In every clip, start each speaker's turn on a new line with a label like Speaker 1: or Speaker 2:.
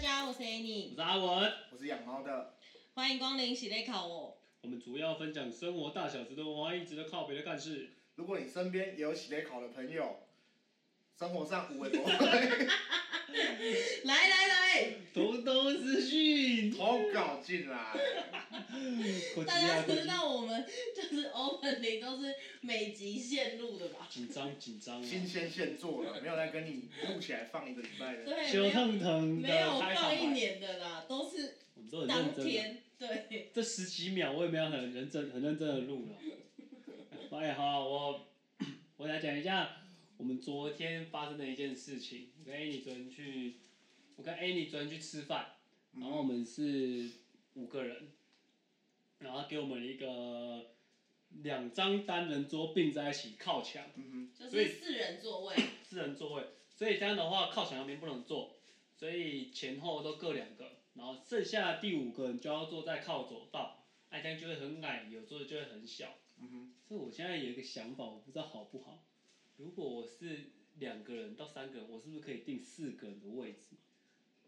Speaker 1: 家，我是 Annie，
Speaker 2: 我是阿文，
Speaker 3: 我是养猫的，
Speaker 1: 欢迎光临喜来考我。
Speaker 2: 我们主要分享生活大小值得文化一值得靠北的干事。
Speaker 3: 如果你身边也有喜来考的朋友，生活上无微不 至，
Speaker 1: 来来来，
Speaker 2: 同通资讯，
Speaker 3: 投稿进来。
Speaker 2: 口
Speaker 1: 大
Speaker 2: 气
Speaker 1: 家
Speaker 2: 啊，口
Speaker 1: 知
Speaker 2: 气
Speaker 1: 道我们就是 opening 都是每集线路的吧？
Speaker 2: 紧张紧张啊，
Speaker 3: 新鲜现做的，没有在跟你录起来放一个礼拜的。
Speaker 1: 对，
Speaker 2: 小
Speaker 1: 没有
Speaker 2: 腾腾
Speaker 1: 没有
Speaker 2: 的开场
Speaker 1: 放一
Speaker 2: 白，
Speaker 1: 年的啦，都是
Speaker 2: 我们都很
Speaker 1: 当
Speaker 2: 认真啊。
Speaker 1: 天。对，
Speaker 2: 这十几秒我也没有很认真、很认真的录了。 哎，好，我我来讲一下我们昨天发生的一件事情。我跟 Annie 昨天去，我跟 Annie 昨天去吃饭，然后我们是五个人，然后他给我们一个两张单人桌并在一起靠墙，
Speaker 3: 嗯
Speaker 1: 就
Speaker 2: 所以
Speaker 1: 是四人座位，
Speaker 2: 四人座位，所以这样的话靠墙那边不能坐，所以前后都各两个，然后剩下第五个人就要坐在靠走道，那这样就会很矮，有时候就会很小。
Speaker 3: 哼，嗯
Speaker 2: 所以我现在有一个想法，我不知道好不好。如果我是两个人到三个人，我是不是可以定四个人的位置？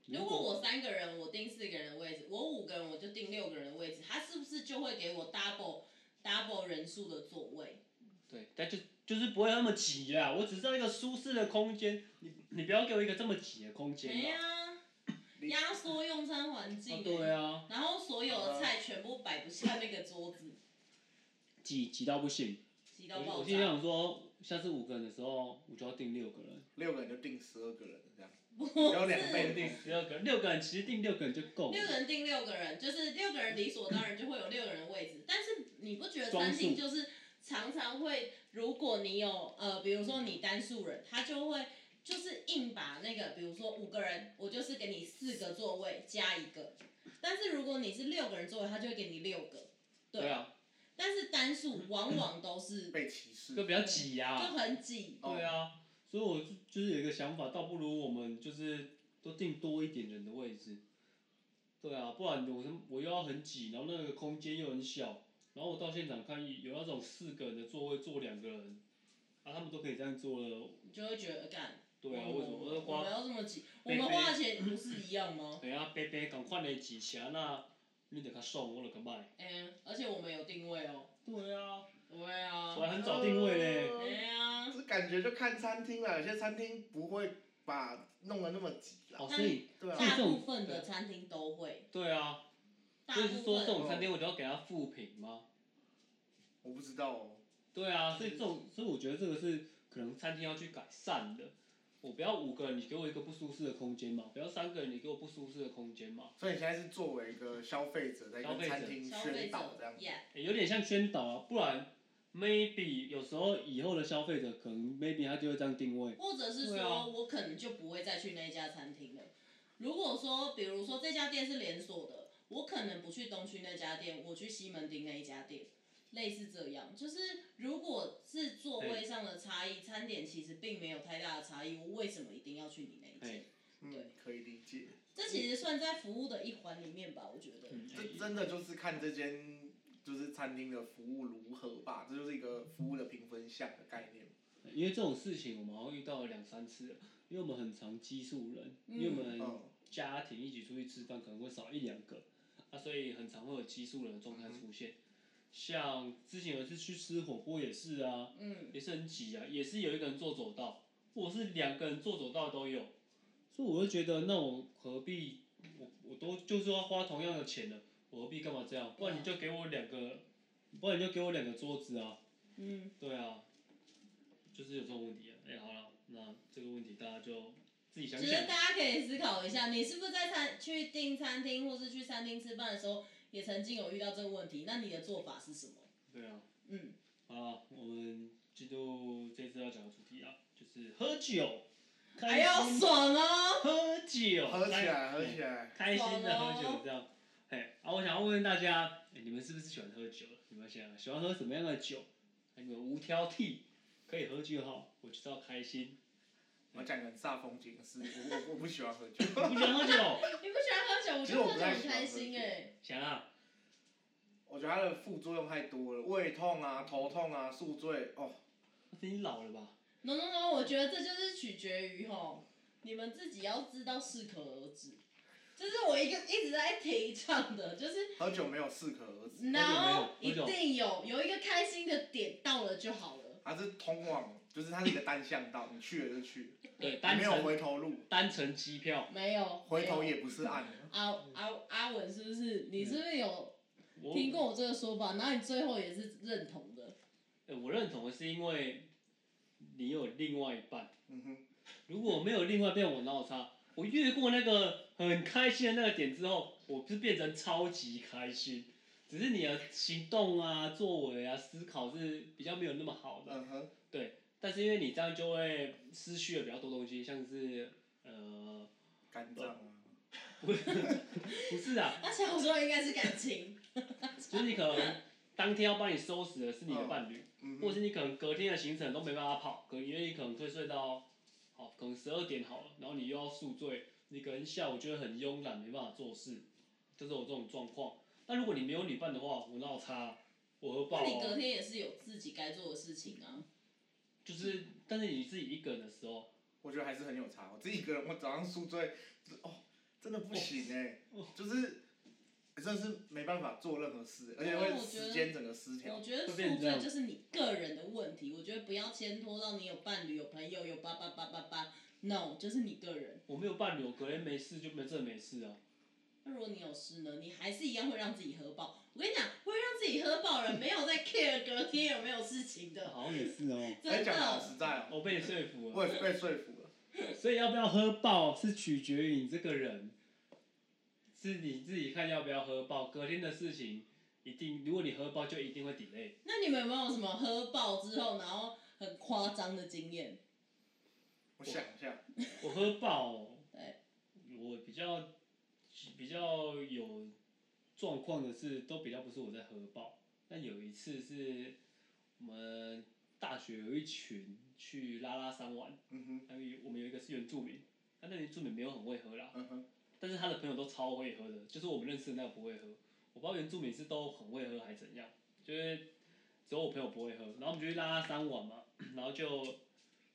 Speaker 1: 如果我三个人，我定四个人的位置；我五个人，我就定六个人的位置。他是不是就会给我 double double 人数的座位？
Speaker 2: 对，但就就是不会那么挤啦。我只是要一个舒适的空间，你你不要给我一个这么挤的空间
Speaker 1: 没
Speaker 2: 啦。
Speaker 1: 啊，
Speaker 3: 你
Speaker 1: 压缩用餐环境、
Speaker 2: 哦对啊，
Speaker 1: 然后所有的菜全部摆不下那个桌子，
Speaker 2: 挤挤到不行。
Speaker 1: 挤到
Speaker 2: 我
Speaker 1: 爆
Speaker 2: 我心
Speaker 1: 炸。
Speaker 2: 想说，下次五个人的时候，我就要定六个人。
Speaker 3: 六个人就定十二个人这样，
Speaker 1: 不
Speaker 3: 有两倍
Speaker 1: 是，
Speaker 3: 的定
Speaker 2: 十二个人，六个人其实定六个人就够
Speaker 1: 六
Speaker 2: 了。
Speaker 1: 个人订六个人，就是六个人理所当然就会有六个人的位置。但是你不觉得餐厅就是常常会，如果你有呃，比如说你单数人，他就会就是硬把那个，比如说五个人，我就是给你四个座位加一个。但是如果你是六个人座位，他就会给你六个。对
Speaker 2: 对啊，
Speaker 1: 但是单数往往都是
Speaker 3: 被歧视
Speaker 2: 就。比较挤呀、
Speaker 1: 就很挤，
Speaker 3: 哦
Speaker 2: 对啊，所以我就就是有一个想法，倒不如我们就是都定多一点人的位置。对啊，不然我我又要很挤，然后那个空间又很小，然后我到现场看有那种四个人的座位坐两个人，啊，他们都可以这样做了。
Speaker 1: 你就会觉得干。
Speaker 2: 对啊，
Speaker 1: 我
Speaker 2: 为什么我要
Speaker 1: 我们
Speaker 2: 花？
Speaker 1: 要这么挤？我
Speaker 2: 贝
Speaker 1: 们
Speaker 2: 贝
Speaker 1: 花钱不是一样 吗？
Speaker 2: 等下伯伯赶快来挤起来，那你得较爽，我得较卖。
Speaker 1: 嗯，而且我们有定位哦。
Speaker 2: 对啊，
Speaker 1: 对啊。
Speaker 2: 我还很早定位嘞。
Speaker 1: 对啊。
Speaker 3: 这感觉就看餐厅啦，有些餐厅不会把弄得那么挤啦。
Speaker 2: 哦，所以
Speaker 3: 对啊，
Speaker 1: 大部分的餐厅都会，
Speaker 2: 对啊，
Speaker 1: 大
Speaker 2: 所以是
Speaker 1: 部
Speaker 2: 说这
Speaker 1: 分
Speaker 2: 种餐厅我就要给他负评吗？
Speaker 3: 我不知道哦。
Speaker 2: 对啊，所以这种，所以我觉得这个是可能餐厅要去改善的。我不要五个人，你给我一个不舒适的空间嘛；不要三个人，你给我不舒适的空间嘛。
Speaker 3: 所以你现在是作为一个消费者在
Speaker 2: 消
Speaker 3: 跟
Speaker 2: 费者
Speaker 3: 餐厅
Speaker 1: 消费
Speaker 3: 宣导
Speaker 1: 者
Speaker 3: 这样，
Speaker 1: ，yeah，
Speaker 2: 欸有点像宣导啊，不然 maybe 有时候以后的消费者可能 maybe 他就会这样定位。
Speaker 1: 或者是
Speaker 2: 对啊
Speaker 1: 说我可能就不会再去那一家餐厅了。如果说，比如说这家店是连锁的，我可能不去东区那家店，我去西门町那一家店，类似这样。就是如果是座位上的差异，餐点其实并没有太大的差异，我为什么一定要去你那一
Speaker 2: 哎
Speaker 1: 间？
Speaker 3: 嗯，可以理解。
Speaker 1: 这其实算在服务的一环里面吧，我觉得。
Speaker 3: 这真的就是看这间就是餐厅的服务如何吧，这就是一个服务的评分项的概念。
Speaker 2: 因为这种事情我们好像遇到了两三次了，因为我们很常激素人，因为我们
Speaker 3: 嗯，
Speaker 2: 家庭一起出去吃饭可能会少一两个，啊，所以很常会有激素人的
Speaker 1: 嗯
Speaker 2: 状态出现。像之前有一次去吃火锅也是啊，
Speaker 1: 嗯，
Speaker 2: 也是很挤啊，也是有一个人坐走道，或者是两个人坐走道都有，所以我就觉得，那我何必，我我都就是要花同样的钱了，我何必干嘛这样？不然你就给我两个，不然你就给我两个桌子啊。
Speaker 1: 嗯。
Speaker 2: 对啊，就是有这种问题啊。哎、好了，那这个问题大家就自己想
Speaker 1: 觉得
Speaker 2: 想。
Speaker 1: 大家可以思考一下，你是不是在餐去订餐厅或是去餐厅吃饭的时候，也曾经有遇到这个问题？那你的做法是什么？
Speaker 2: 对啊，
Speaker 1: 嗯，
Speaker 2: 好啦，我们进入这次要讲的主题啊，就是喝酒，
Speaker 1: 哎
Speaker 2: 开
Speaker 1: 呦，
Speaker 2: 心
Speaker 1: 爽哦！
Speaker 2: 喝酒，
Speaker 3: 合起
Speaker 2: 开
Speaker 3: 来，合起来。
Speaker 2: 开心的
Speaker 1: 爽
Speaker 2: 喝
Speaker 1: 哦
Speaker 2: 酒这样。哎，啊，我想问问大家，哎，你们是不是喜欢喝酒？你们想喜欢喝什么样的酒？哎，你们无挑剔，可以喝就好，我知道开心。
Speaker 3: 我讲个很煞风景的事，我我我不喜欢喝酒。
Speaker 2: 你不喜欢喝酒？
Speaker 1: 你不喜欢喝酒，我觉
Speaker 3: 其实
Speaker 1: 得
Speaker 3: 我
Speaker 1: 喝
Speaker 3: 不
Speaker 1: 酒
Speaker 3: 太
Speaker 1: 很
Speaker 3: 喜欢
Speaker 1: 开
Speaker 3: 喝
Speaker 1: 心哎、
Speaker 3: 酒
Speaker 2: 想啊，
Speaker 3: 我觉得它的副作用太多了，胃痛啊、头痛啊、宿醉哦。
Speaker 2: 那是你老了吧？
Speaker 1: No No No，我觉得这就是取决于吼，你们自己要知道适可而止。这是我一个一直在提倡的，就是
Speaker 3: 喝酒没有适可而止，
Speaker 2: 有没有
Speaker 1: no 一
Speaker 2: 喝酒
Speaker 1: 定有有一个开心的点到了就好了。
Speaker 3: 它是通往，就是它是一个单向道，你去了就去了，
Speaker 2: 对，
Speaker 3: 你
Speaker 2: 单
Speaker 3: 没有
Speaker 2: 程啊
Speaker 3: 回头路，
Speaker 2: 单程机票，
Speaker 1: 没有，
Speaker 3: 回头
Speaker 1: 没有
Speaker 3: 也不是岸了。
Speaker 1: 阿阿阿文是不是？你是不是有
Speaker 2: 我
Speaker 1: 听过我这个说法？然后你最后也是认同的。
Speaker 2: 呃我认同的是因为你有另外一半，
Speaker 3: 嗯哼，
Speaker 2: 如果没有另外一半我闹差，我越过那个很开心的那个点之后，我是变成超级开心，只是你的行动啊、作为啊、思考是比较没有那么好的，
Speaker 3: 嗯哼，
Speaker 2: 但是因为你这样就会失去了比较多东西，像是呃，
Speaker 3: 肝脏啊，
Speaker 2: 不 是不是啊，
Speaker 1: 他想说应该是感情，
Speaker 2: 就是你可能当天要帮你收拾的是你的伴侣，
Speaker 3: 嗯
Speaker 2: 或者
Speaker 3: 哼，
Speaker 2: 是你可能隔天的行程都没办法跑，可能因为你可能会睡到，好，可能十二点好了，然后你又要宿醉，你可能下午就会很慵懒，没办法做事，就是有这种状况。但如果你没有女伴的话，我闹差，啊我喝
Speaker 1: 那
Speaker 2: 爆
Speaker 1: 你
Speaker 2: 哦、
Speaker 1: 隔天也是有自己该做的事情啊。
Speaker 2: 就是，但是你自己一个人的时候，
Speaker 3: 我觉得还是很有差。我自己一个人，我早上宿醉，哦，真的不
Speaker 2: 哦
Speaker 3: 行哎、就是真的是没办法做任何事，而且
Speaker 1: 因为
Speaker 3: 会
Speaker 1: 啊我觉得
Speaker 3: 时间整个失
Speaker 1: 我
Speaker 3: 调。
Speaker 1: 觉得宿
Speaker 2: 会变成这
Speaker 1: 醉
Speaker 2: 样
Speaker 1: 就是你个人的问题，我觉得不要牵拖到你有伴侣、有朋友、有叭叭叭叭叭。No，就是你个人。
Speaker 2: 我没有伴侣，我隔天没事就没真的没事啊。
Speaker 1: 那如果你有事呢，你还是一样会让自己喝爆。我跟你讲，会让自己喝爆的人，没有在 care 隔天有没有事情的，
Speaker 2: 好像也是哦，
Speaker 3: 哎，
Speaker 1: 真
Speaker 3: 讲的好
Speaker 1: 的。
Speaker 3: 实在哦、
Speaker 2: 我被你说服了。
Speaker 3: 我也被说服了。
Speaker 2: 所以要不要喝爆是取决于你这个人，是你自己看要不要喝爆。隔天的事情一定，如果你喝爆就一定会 delay。
Speaker 1: 那你们有没有什么喝爆之后，然后很夸张的经验？
Speaker 3: 我想一下，
Speaker 2: 我喝爆、哦，
Speaker 1: 对
Speaker 2: 我比较比较有状况的是，都比较不是我在喝爆。但有一次是我们大学有一群去拉拉山玩，
Speaker 3: 嗯哼，
Speaker 2: 还有我们有一个是原住民，他那原住民没有很会喝啦，
Speaker 3: 嗯哼，
Speaker 2: 但是他的朋友都超会喝的，就是我们认识的那个不会喝，我不知道原住民是都很会喝还是怎样，就是只有我朋友不会喝，然后我们就去拉拉山玩嘛，然后就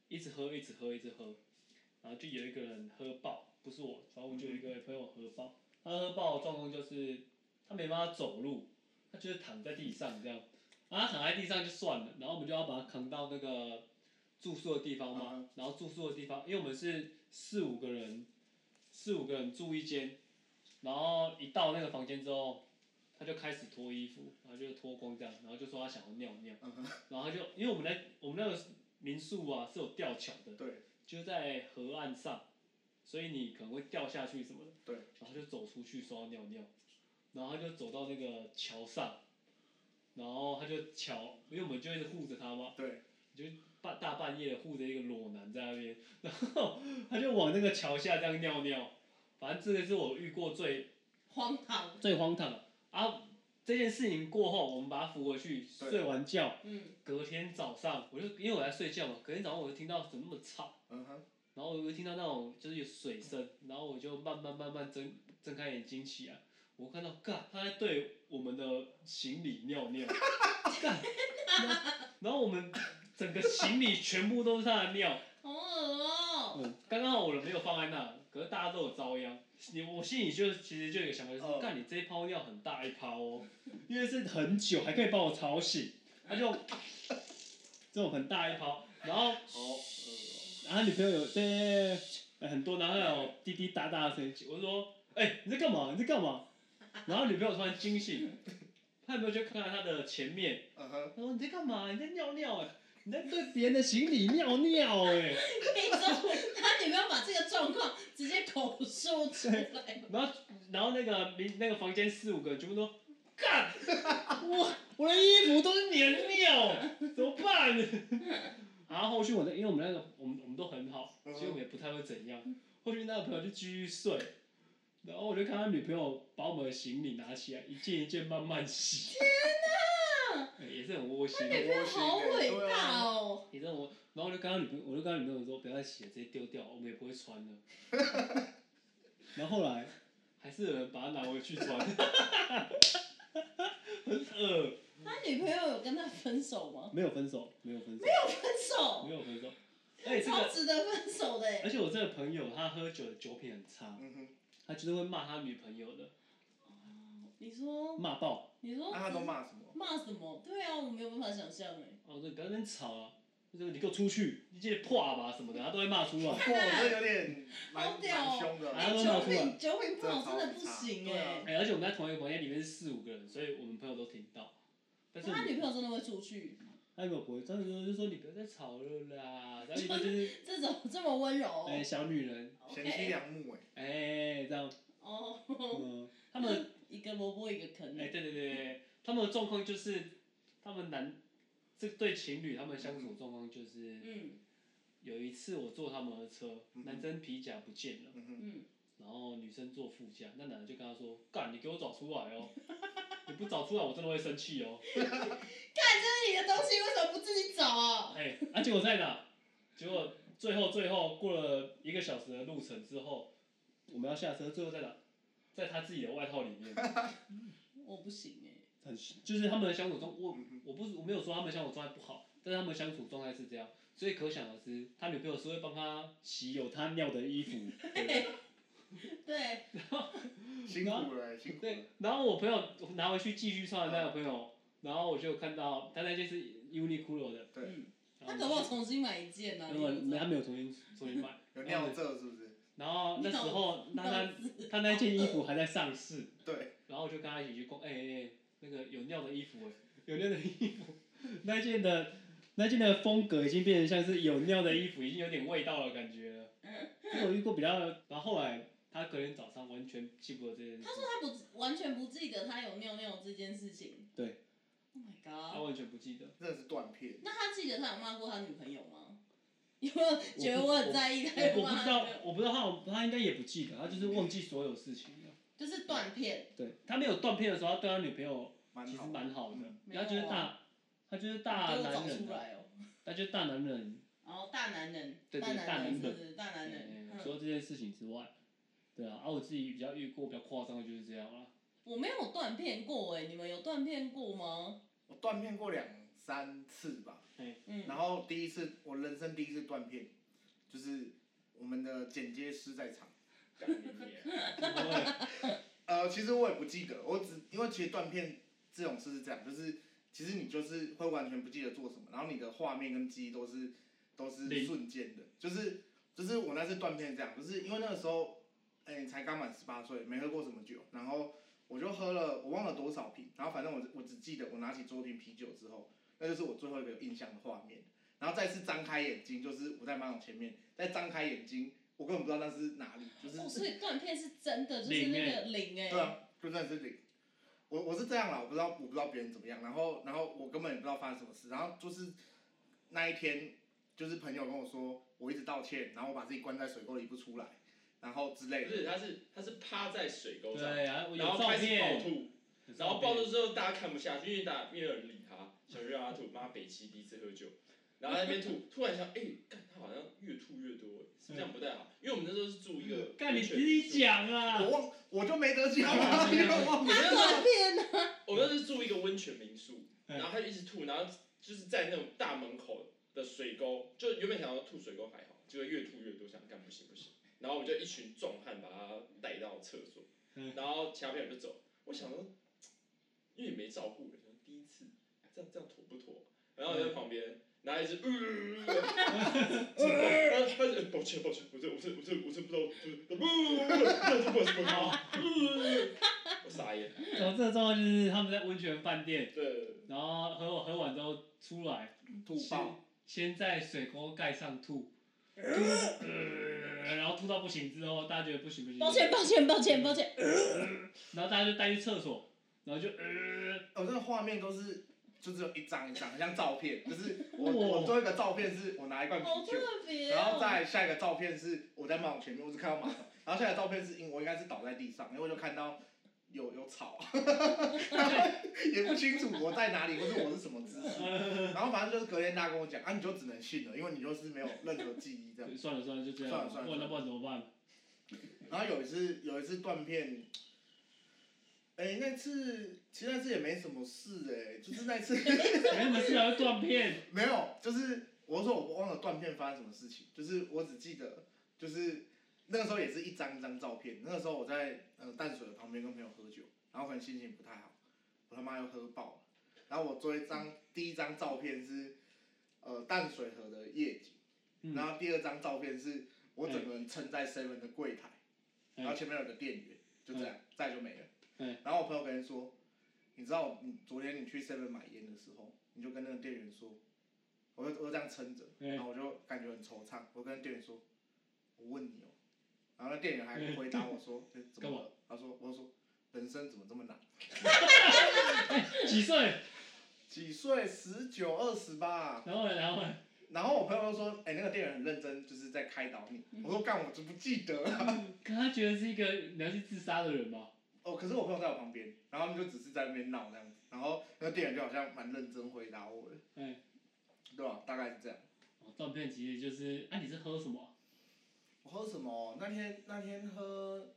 Speaker 2: 一直喝一直喝一直喝，然后就有一个人喝爆，不是我，然后我就有一
Speaker 3: 嗯
Speaker 2: 个朋友喝爆，他喝爆的状况就是他没办法走路，他就是躺在地上这样，然后他躺在地上就算了，然后我们就要把他扛到那个住宿的地方嘛，
Speaker 3: 嗯
Speaker 2: 然后住宿的地方，因为我们是四五个人，四五个人住一间，然后一到那个房间之后，他就开始脱衣服，然后就脱光这样，然后就说他想要尿尿，
Speaker 3: 嗯哼，
Speaker 2: 然后他就因为我们那我们那个民宿啊是有吊桥的，
Speaker 3: 对，
Speaker 2: 就在河岸上，所以你可能会掉下去什么的。
Speaker 3: 对。
Speaker 2: 然后就走出去说要尿尿，然后他就走到那个桥上，然后他就桥，因为我们就一直护着他嘛，
Speaker 3: 对，
Speaker 2: 半大半夜的护着一个裸男在那边， 然后他就往那个桥下这样尿尿，反正这个是我遇过最
Speaker 1: 荒唐。
Speaker 2: 最荒唐的啊。这件事情过后，我们把他扶回去，
Speaker 3: 对
Speaker 2: 睡完觉，
Speaker 1: 嗯，
Speaker 2: 隔天早上我就因为我在睡觉嘛，隔天早上我就听到怎么那么吵。
Speaker 3: 嗯哼，
Speaker 2: 然后我就听到那种就是有水声，然后我就慢慢慢慢睁睁开眼睛起来，我看到，嘎，他在对我们的行李尿尿，干，然后然后我们整个行李全部都是他的尿，
Speaker 1: 好恶哦、
Speaker 2: 嗯，刚刚好我人没有放在那，可是大家都有遭殃，你我心里就其实就有一个想法，就是
Speaker 3: 嗯
Speaker 2: 干、你这一泡尿很大一泡哦，因为是很久，还可以把我吵醒，他就 这种很大一泡，然后。
Speaker 3: 好恶哦、
Speaker 2: 然后女朋友有在很多，然后还有滴滴答答的声音。我就说：“哎、你在干嘛？你在干嘛？”然后女朋友突然惊醒，她有没有去看看她的前面？
Speaker 3: 嗯哼，
Speaker 2: 她说：“你在干嘛？你在尿尿哎、你在对别人的行李尿尿哎、
Speaker 1: 跟你说，他女朋友把这个状况直接口述出来，
Speaker 2: 然后，然后那个民那个房间四五个人全部都 干，我我的衣服都是黏尿，怎么办？ 然后后续我的，因为我们那个我们我们都很好，所以我们也不太会怎样。后续那个朋友就继续睡，然后我就看他女朋友把我们的行李拿起来，一件一件慢慢洗。天哪！也是很窝心，
Speaker 1: 女朋友啊好伟大哦、
Speaker 2: 也是很窝。然后我就跟他女朋友，我就跟他女朋友说，不要再洗了，直接丢掉，我们也不会穿了。 然后后来还是有人把它拿回去穿，很恶。
Speaker 1: 他女朋友有跟他分手吗？
Speaker 2: 没有分手，没有分手，
Speaker 1: 分手，
Speaker 2: 没有分手。哎、这
Speaker 1: 超
Speaker 2: 个，
Speaker 1: 值得分手的、
Speaker 2: 而且我这个朋友他喝酒的酒品很差，
Speaker 3: 嗯哼，
Speaker 2: 他就是会骂他女朋友的，
Speaker 1: 你说，
Speaker 2: 骂爆。
Speaker 1: 你说
Speaker 3: 那他都骂什么？
Speaker 1: 啊骂什么？对啊，我没有办法想象哎。
Speaker 2: 哦，对，不要跟人吵啊，就是你给我出去，你这破吧什么的，他都会骂 出来。
Speaker 3: 哇，这有点蛮
Speaker 1: 好屌哦
Speaker 3: 蛮凶的
Speaker 2: 哎
Speaker 3: 啊。
Speaker 2: 呦
Speaker 1: 酒品酒品不好真的不行
Speaker 3: 对啊
Speaker 1: 哎。
Speaker 2: 哎、而且我们在同一个房间里面是四五个人，所以我们朋友都听到。但是
Speaker 1: 那
Speaker 2: 我
Speaker 1: 他
Speaker 2: 们
Speaker 1: 女朋友真的会出去，
Speaker 2: 他女朋友不会，他女朋友就说你不要再吵了啦，然后一般就是
Speaker 1: 这种这么温柔
Speaker 2: 哎、
Speaker 3: 哦
Speaker 2: 小女人，
Speaker 3: 贤啊妻
Speaker 1: ，OK，
Speaker 3: 良母哎，
Speaker 2: 哎、这样，
Speaker 1: 哦，
Speaker 2: 嗯，他们
Speaker 1: 一个萝卜一个坑
Speaker 3: 嗯
Speaker 2: 哎、
Speaker 1: 欸，
Speaker 2: 对对对对，他们的状况就是，他们男这对情侣他们相处的状况就是，
Speaker 1: 嗯
Speaker 2: 有一次我坐他们的车，
Speaker 3: 嗯哼
Speaker 2: 男生皮夹不见了，
Speaker 3: 嗯哼，
Speaker 1: 嗯，
Speaker 2: 然后女生坐副驾，那男的就跟他说，干，你给我找出来哦， 你不找出来我真的会生气哦，
Speaker 1: 那你的东西为什么不自己找啊？
Speaker 2: 哎、啊结果在哪？结果最后最后过了一个小时的路程之后，我们要下车，最后在哪？在他自己的外套里面，
Speaker 1: 我不行哎，
Speaker 2: 很就是他们的相处中，我
Speaker 3: 嗯哼
Speaker 2: 我不我没有说他们相处状态不好，但是他们相处状态是这样，所以可想而知，他女朋友是会帮他洗有他尿的 衣服，对
Speaker 1: 对，
Speaker 3: 辛苦了哎，辛苦了
Speaker 2: 对。。然后我朋友我拿回去继续穿的那个朋友，然后我就看到他那件是 Uniqlo 的，
Speaker 1: 嗯，他
Speaker 2: 然后
Speaker 1: 搞不
Speaker 2: 我
Speaker 1: 好重新买一件呢，
Speaker 2: 就
Speaker 1: 你
Speaker 2: 没有没有他
Speaker 1: 有
Speaker 2: 没有重新重新买，
Speaker 3: 有尿这是不是？
Speaker 2: 然后那时候
Speaker 1: 你
Speaker 2: 他
Speaker 1: 懂
Speaker 2: 那他那件衣服还在上市，
Speaker 3: 对，
Speaker 2: 然后我就跟他一起去逛，哎、哎、哎那个有尿的衣服哎、有尿的衣服， 那件的那件的风格已经变成像是有尿的衣服，已经有点味道了感觉了。这个我遇过比较，然后后来他隔天早上完全记不得这件事，
Speaker 1: 他不完全不记得他有尿尿这件事情。
Speaker 2: 对。
Speaker 1: Oh
Speaker 2: 他
Speaker 1: my god！
Speaker 2: 完全不记得。
Speaker 3: 真的是断片。
Speaker 1: 那他记得他有骂过他女朋友吗？ 有没有觉得我很在意他有
Speaker 2: 我不
Speaker 1: 骂
Speaker 2: 知
Speaker 1: 他
Speaker 2: 道
Speaker 1: 女朋友？，
Speaker 2: 我不知道他，他应该也不记得，他就是忘记所有事情了。
Speaker 1: 就是断片，
Speaker 2: 对他没有断片的时候，他对他女朋友
Speaker 3: 蛮
Speaker 2: 其实
Speaker 3: 好的
Speaker 2: 蛮好的
Speaker 3: 嗯，
Speaker 2: 他就是大，他就是大
Speaker 1: 给我
Speaker 2: 男
Speaker 1: 找
Speaker 2: 人
Speaker 1: 出
Speaker 2: 啊，
Speaker 1: 来哦。
Speaker 2: 他就是大男人。
Speaker 1: 然后大男人，
Speaker 2: 对对
Speaker 1: 大
Speaker 2: 大
Speaker 1: 男
Speaker 2: 男
Speaker 1: 人
Speaker 2: 人
Speaker 1: 是不是？大男人
Speaker 2: 嗯，除
Speaker 1: 嗯
Speaker 2: 了这件事情之外，对啊，啊我自己比较遇过比较夸张的就是这样啊，
Speaker 1: 我没有断片过哎，你们有断片过吗？
Speaker 3: 我断片过两三次吧，
Speaker 1: 嗯，
Speaker 3: 然后第一次我人生第一次断片，就是我们的剪接师在场。干你娘呃，其实我也不记得，我只因为其实断片这种事是这样，就是其实你就是会完全不记得做什么，然后你的画面跟记忆都是都是
Speaker 2: 零
Speaker 3: 瞬间的，就是就是我那次断片这样，就是因为那个时候，哎、才刚满十八岁，没喝过什么酒，然后我就喝了，我忘了多少瓶，然后反正我只我只记得我拿起桌瓶啤酒之后，那就是我最后一个有印象的画面，然后再次张开眼睛，就是我在马桶前面，再张开眼睛，我根本不知道那是哪里，就是
Speaker 1: 哦，所以断片是真的，就是
Speaker 2: 零
Speaker 1: 那
Speaker 2: 欸
Speaker 1: 个零哎。
Speaker 3: 对啊，就真的是零。我我是这样啦，我不知道我不知道别人怎么样，然后然后我根本也不知道发生什么事，然后就是那一天，就是朋友跟我说，我一直道歉，然后我把自己关在水沟里不出来，然后之类
Speaker 4: 不是，
Speaker 3: 的。
Speaker 4: 他是他是趴在水沟上，
Speaker 2: 对啊，我
Speaker 4: 然
Speaker 2: 有
Speaker 4: 后
Speaker 2: 照
Speaker 4: 开始暴
Speaker 2: 片，
Speaker 4: 吐，然后暴吐之后大家看不下去，因为大家没有人理他，想让他吐。妈，北齐第一次喝酒，然后在那边吐，突然想，哎、干他好像越吐越多，是不是这样不太好？因为我们那时候是住一个，
Speaker 2: 干你自己，讲啊
Speaker 3: 我，忘我就没得讲啊，因为我忘了
Speaker 1: 他断片呢？
Speaker 4: 我们那时候住一个温泉民宿，
Speaker 2: 嗯
Speaker 4: 然后他就一直吐，然后就是在那种大门口的水沟，就原本想要吐水沟还好，结果越吐越多，想干不行不行，然后我们就一群壮汉把他带到厕所
Speaker 2: 嗯，
Speaker 4: 然后其他朋友就走，我想说，因为也没照顾人，想说第一次这样这样妥不妥？然后我在旁边。然后一直，呃，呃，他就抱歉抱歉，我这我这我这我这不知道，不不不不不不，我傻眼，
Speaker 2: 然后这个状况就是他们在温泉饭店，
Speaker 4: 对。
Speaker 2: 然后喝完喝完之后出来，
Speaker 3: 吐爆，
Speaker 2: 先在水沟盖上吐，吐呃然后吐到不行之后，大家觉得不行不行，
Speaker 1: 抱歉，抱歉，抱歉，抱歉。
Speaker 2: 然后大家就带去厕所，然后就呃，
Speaker 3: 我这个画面都是就只有一张一张，很像照片，就是我我最后一个照片是我拿一罐啤
Speaker 1: 好
Speaker 3: 酒，
Speaker 1: 特别哦。
Speaker 3: 然后再下一个照片是我在马桶前面，我只看到马桶，然后下一个照片是因我应该是倒在地上，因为我就看到有有草， 然后也不清楚我在哪里，或者我是什么姿势，然后反正就是隔天大家跟我讲，啊你就只能信了，因为你就是没有任何记忆这样。
Speaker 2: 算了算了就这样，
Speaker 3: 算了算
Speaker 2: 不
Speaker 3: 了
Speaker 2: 然那不然怎么办？
Speaker 3: 然后有一次有一次断片，哎、那次其实那次也没什么事哎、就是那次
Speaker 2: 没什么事啊，断片，
Speaker 3: 没有，就是我说我忘了断片发生什么事情，就是我只记得就是那个时候也是一张一张照片。那个时候我在呃淡水的旁边跟朋友喝酒，然后可能心情不太好，我他妈又喝爆了。然后我做一张第一张照片是呃淡水河的夜景，
Speaker 2: 嗯
Speaker 3: 然后第二张照片是我整个人撑在 seven 的柜台，
Speaker 2: 哎嗯
Speaker 3: 然后前面有个店员，就这样，再就没了。
Speaker 2: 哎
Speaker 3: 然后我朋友跟他说，你知道你昨天你去 seven 买烟的时候，你就跟那个店员说，我就我就这样撑着，
Speaker 2: 哎
Speaker 3: 然后我就感觉很惆怅，我跟店员说，我问你哦、然后那店员还回答我说，哎怎么
Speaker 2: 干
Speaker 3: 了？他说，我就说人生怎么这么难？
Speaker 2: 嗯几岁？
Speaker 3: 几岁？十九、二十吧。
Speaker 2: 然后呢，然后呢？
Speaker 3: 然后我朋友就说：“哎、那个店员很认真，就是在开导你。”我说：“干，我就不记得了。
Speaker 2: 嗯可他觉得是一个良心自杀的人吧？
Speaker 3: 哦，可是我朋友在我旁边，然后他们就只是在那边闹这样子，然后那个店员就好像蛮认真回答我的，
Speaker 2: 哎，
Speaker 3: 对吧、大概是这样。
Speaker 2: 哦，断片其实就是，啊，你是喝什么啊？
Speaker 3: 我喝什么？哦那天那天喝，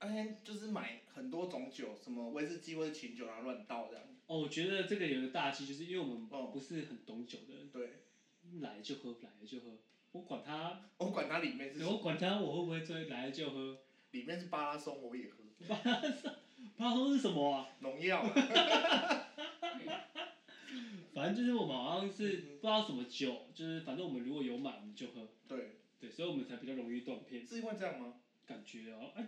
Speaker 3: 那天就是买很多种酒，什么威士忌或者琴酒，然后乱倒这样。
Speaker 2: 哦，我觉得这个有个大忌，就是因为我们
Speaker 3: 哦
Speaker 2: 不是很懂酒的人，
Speaker 3: 对，
Speaker 2: 来了就喝，来了就喝。我管他，
Speaker 3: 我管它里面是
Speaker 2: 我管他，我会不会醉，来了就喝。
Speaker 3: 里面是巴拉松，我也喝
Speaker 2: 巴拉松，巴拉松是什么啊？
Speaker 3: 农药啊。
Speaker 2: 反正就是我们好像是
Speaker 3: 嗯
Speaker 2: 不知道什么酒，就是反正我们如果有买我们就喝，
Speaker 3: 对，
Speaker 2: 对，所以我们才比较容易断片。
Speaker 3: 是因为这样吗？
Speaker 2: 感觉哦，哎，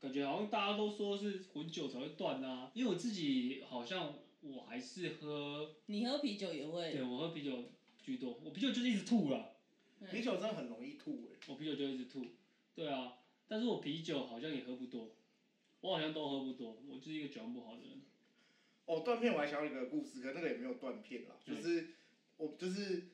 Speaker 2: 感觉好像大家都说是混酒才会断啊，因为我自己好像我还是喝，
Speaker 1: 你喝啤酒也会
Speaker 2: 对我喝啤酒居多，我啤酒就是一直吐啦，
Speaker 3: 啤酒真的很容易吐哎、
Speaker 2: 我啤酒就一直吐，对啊，但是我啤酒好像也喝不多，我好像都喝不多，我就是一个酒量不好的人，
Speaker 3: 哦，断片我还想到一个故事，可那个也没有断片啦，
Speaker 2: 嗯
Speaker 3: 就是我就是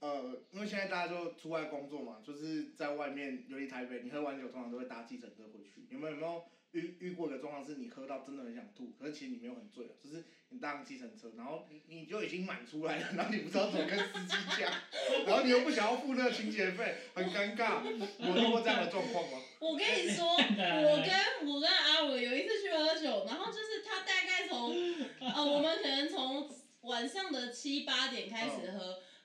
Speaker 3: 呃，因为现在大家就出外工作嘛，就是在外面，尤其台北，你喝完酒通常都会搭计程车回去。你们有没有遇遇过一个状况，是你喝到真的很想吐，可是其实你没有很醉啊，就是你搭上计程车，然后你你就已经满出来了， 然后你不知道怎么跟司机讲，然后你又不想要付那个清洁费，很尴尬。有遇过这样的状况吗？
Speaker 1: 我跟你 说，我跟我跟阿伟有一次去喝酒，然后就是他大概 从，呃，我们可能从晚上的七八点开始
Speaker 2: 哦
Speaker 1: 喝，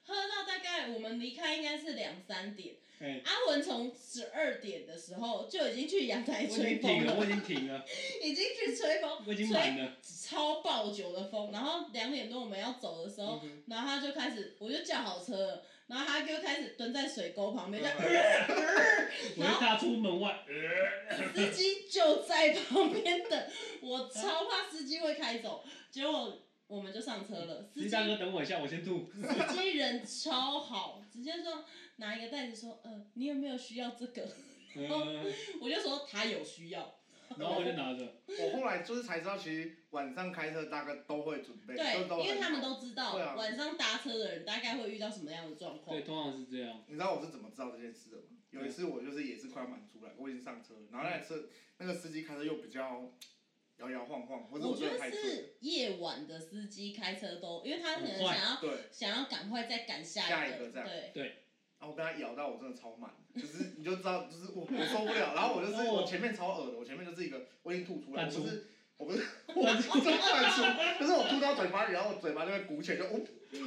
Speaker 1: 喝到大概我们离开应该是两三点。
Speaker 2: 哎，
Speaker 1: 阿文从十二点的时候就已经去阳台
Speaker 2: 我已
Speaker 1: 吹
Speaker 2: 经
Speaker 1: 风
Speaker 2: 停
Speaker 1: 了
Speaker 2: 了，，我已经 停了，
Speaker 1: 已经去吹风，
Speaker 2: 我已经
Speaker 1: 吹
Speaker 2: 满了，
Speaker 1: 超爆酒的风。然后两点多我们要走的时
Speaker 3: 嗯
Speaker 1: 候，然后他就开始，我就叫好车了，然后他就开始蹲在水沟旁边，这样
Speaker 2: 我就踏出门外，
Speaker 3: 嗯
Speaker 1: 司机就在旁边等，我超怕司机会开走，结果我们就上车了。司
Speaker 2: 司
Speaker 1: 机
Speaker 2: 机大哥等我一下，我先 吐，
Speaker 1: 司机人超好，直接说拿一个袋子说，呃，你有没有需要这个？
Speaker 2: 嗯，
Speaker 1: 我就说他有需要，
Speaker 2: 然后我就拿着。
Speaker 3: 我后来就是才知道，其实晚上开车大概都会准备，
Speaker 1: 对
Speaker 3: 就哎都，很
Speaker 1: 因为他们
Speaker 3: 好
Speaker 1: 都知道
Speaker 3: 对啊
Speaker 1: 晚上搭车的人大概会遇到什么样的状况
Speaker 2: 对，。通常是这样。
Speaker 3: 你知道我是怎么知道这件事的吗？有一次我就是也是快要满出来，我已经上车了，然后那台车那个司机开车又比较摇摇晃晃，或者
Speaker 1: 我觉
Speaker 3: 真的
Speaker 1: 得
Speaker 3: 太醉了，
Speaker 1: 是夜晚的司机开车都，因为他可能
Speaker 2: 很快
Speaker 1: 想要
Speaker 3: 对，
Speaker 1: 想要赶快再赶
Speaker 3: 下
Speaker 1: 下
Speaker 3: 一个这样
Speaker 1: 对，
Speaker 3: 然后我被他摇到我真的超满，就是你就知道，就是我我受不了，然后我就是
Speaker 1: 哦
Speaker 3: 我前面超恶的，我前面就是一个我已经吐出来，我
Speaker 2: 淡出
Speaker 3: 不是我不是 我真的淡出，就是我吐到嘴巴里，然后我嘴巴就会鼓起来，就呜。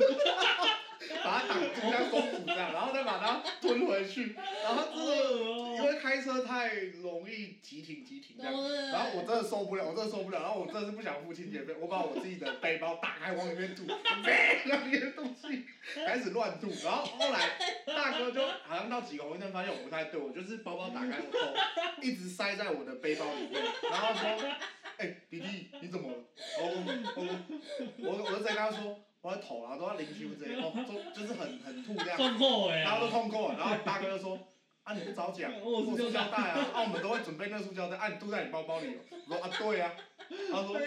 Speaker 3: 把它挡住，像公主这样，然后再把它吞回去，然后这个
Speaker 1: 哦
Speaker 3: 因为开车太容易急停急停这样，
Speaker 1: 对
Speaker 3: 然后我真的受不了，我真的受不了，然后我真的是不想付清洁费，我把我自己的背包打开往里面吐， 那些东西开始乱吐，然后后来大哥就好像到几个红绿灯发现我不太对，我就是包包打开我手一直塞在我的背包里面，然后说，哎、弟弟你怎么了？我我我我我就在跟他说我的头啊都要淋球这样，哦就就是很很吐这样，
Speaker 2: 撞破哎、
Speaker 3: 然后都
Speaker 2: 啊！
Speaker 3: 痛过了，然后大哥就说。啊，你不早讲，
Speaker 2: 我有
Speaker 3: 我
Speaker 2: 塑
Speaker 3: 塑
Speaker 2: 胶
Speaker 3: 胶袋啊，啊，我们都会准备那个塑胶袋，啊，你丢在你包包里哦。我说啊，对啊。他说，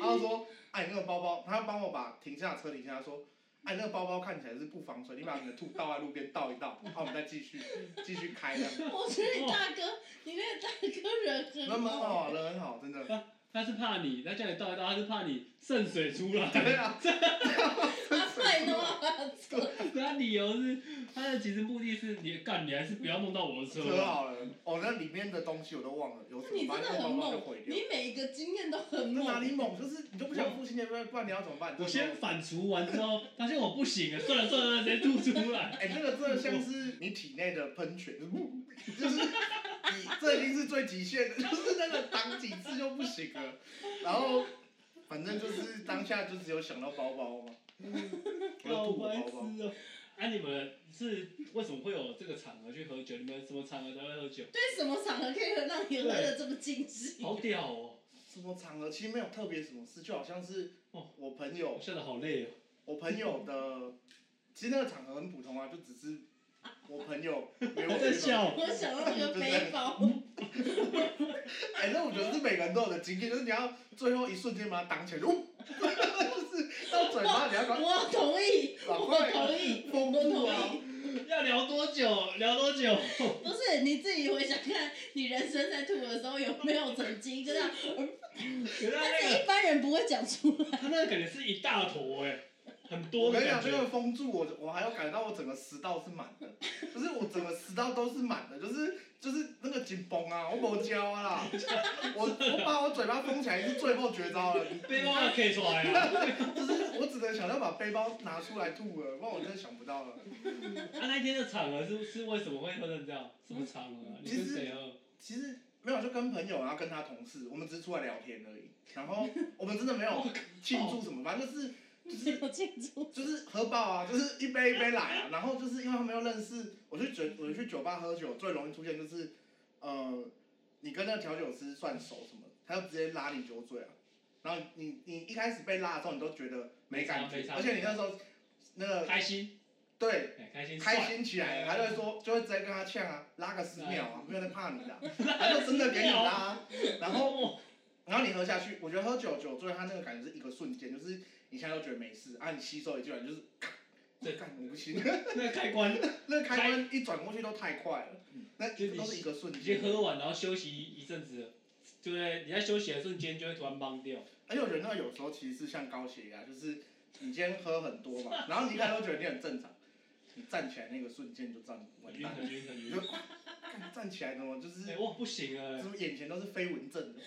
Speaker 3: 他说，哎、你那个包包，他帮我把停下车停下，他说，哎、你那个包包看起来是不防水，你把你的吐倒在路边倒一 倒，然后我们再继续继续开这样。
Speaker 1: 我觉得你大哥，你那个大哥人
Speaker 3: 那
Speaker 1: 很
Speaker 3: 蛮
Speaker 1: 好。
Speaker 3: 好，人很好，真的。
Speaker 2: 他是怕你，他叫你倒一倒，他是怕你渗水出来。
Speaker 3: 对啊，
Speaker 1: 他快弄到他 的车，
Speaker 2: 他理由是，他的其实目的是你干，你还是不要弄到我的车。
Speaker 3: 车好了。哦，那里面的东西我都忘了，有什
Speaker 1: 你
Speaker 3: 么，
Speaker 1: 真
Speaker 3: 反
Speaker 1: 的
Speaker 3: 正那个
Speaker 1: 很
Speaker 3: 包包就
Speaker 1: 猛
Speaker 3: 毁，掉。
Speaker 1: 你每一个经验都很
Speaker 3: 那哪
Speaker 1: 猛。
Speaker 3: 里猛？就是你都不想付清洁费，不然你要怎么办？
Speaker 2: 我先反刍完之后，发现我不行了，算了算了，直接吐出来。
Speaker 3: 哎、这个真的像是你体内的喷泉，就是你这已经是最极限的，就是那个挡几次就不行了。然后反正就是当下就只有想到包包嘛，我就
Speaker 2: 好
Speaker 3: 吐我
Speaker 2: 白
Speaker 3: 包包。
Speaker 2: 痴哦！啊，你们是为什么会有这个场合去喝酒？你们什么场合才会喝酒？
Speaker 1: 对什么场合可以让你喝的这么尽 兴？
Speaker 2: 好屌哦！
Speaker 3: 什么场合其实没有特别什么事，就好像是
Speaker 2: 哦
Speaker 3: 我朋
Speaker 2: 我
Speaker 3: 友，
Speaker 2: 笑得好累哦。
Speaker 3: 我朋友的，其实那个场合很普通啊，就只是我朋友约哎我
Speaker 2: 还在
Speaker 3: 去喝。
Speaker 2: 笑，
Speaker 1: 我想到那个背 包，
Speaker 3: 哎、那我觉得是每个人都有的经验，就是你要最后一瞬间把它挡起来，就， 呜就是到嘴巴你要赶快
Speaker 1: 我同意，
Speaker 3: 赶
Speaker 1: 我
Speaker 3: 快
Speaker 1: 同 意，我
Speaker 3: 封住啊！
Speaker 1: 同意。
Speaker 2: 要聊多久？聊多 久？
Speaker 1: 不是你自己回想看，你人生在吐的时候有没有曾经
Speaker 3: 哎
Speaker 1: 就这样？
Speaker 2: 可是他
Speaker 1: 但
Speaker 2: 那
Speaker 1: 是
Speaker 2: 个，
Speaker 1: 一般人不会讲出来。
Speaker 2: 他那个感觉是一大坨哎，很
Speaker 3: 我
Speaker 2: 多的
Speaker 3: 跟你讲，
Speaker 2: 感
Speaker 3: 这
Speaker 2: 觉。
Speaker 3: 个封住我，我还有感觉到我整个食道是满的，就是我整个食道都是满的，就是就是那个紧绷啊，我没胶啊啦，我我把我嘴巴封起来是最后绝招了，
Speaker 2: 背包可以出来啊！
Speaker 3: 就是我只能想到把背包拿出来吐了，不然我真的想不到了。
Speaker 2: 啊，那天的场合是是为什么会喝成这样？什么场合啊？你跟谁喝？
Speaker 3: 其实没有，就跟朋友，然后跟他同事，我们只是出来聊天而已。然后我们真的没有庆祝什么，反正就是
Speaker 1: 没有庆祝，
Speaker 3: 就是喝爆啊，就是一杯一杯来啊。然后就是因为他们又认识，我去酒我去酒吧喝酒最容易出现就是，呃，你跟那个调酒师算熟什么，他就直接拉你酒醉啊。然后你你一开始被拉的时候，你都觉得没感
Speaker 2: 没
Speaker 3: 觉，
Speaker 2: 差没差
Speaker 3: 而且你那时候那个
Speaker 2: 开心，
Speaker 3: 对
Speaker 2: 哎，开心，
Speaker 3: 开心起来，啊他就会说，就会直接跟他呛啊，拉个十秒啊，没有在怕你的啊、他就真的给你拉啊，然后
Speaker 2: 后
Speaker 3: 然后你喝下去，我觉得喝酒酒醉，他那个感觉是一个瞬间，就是你现在都觉得没事啊，你吸收一进来就是，
Speaker 2: 对
Speaker 3: 干我 不行，
Speaker 2: 那个开关
Speaker 3: 那个开关一转过去都太快了，那都是一个瞬
Speaker 2: 已经
Speaker 3: 间，
Speaker 2: 喝完，然后休息一阵子了，对不对？你在休息的瞬间就会突然崩掉。
Speaker 3: 而且我觉得那个哎有时候其实是像高血压，就是你今天喝很多 嘛，然后你一开始都觉得你很正常，你站起来那个瞬间就站
Speaker 2: 很
Speaker 3: 完
Speaker 2: 晕，
Speaker 3: 蛋了，
Speaker 2: 很晕，很
Speaker 3: 你
Speaker 2: 晕
Speaker 3: 就。 干站起来的嘛，就是
Speaker 2: 哎，哇，不行
Speaker 3: 是
Speaker 2: 啊！
Speaker 3: 不是眼前都是飞蚊症的？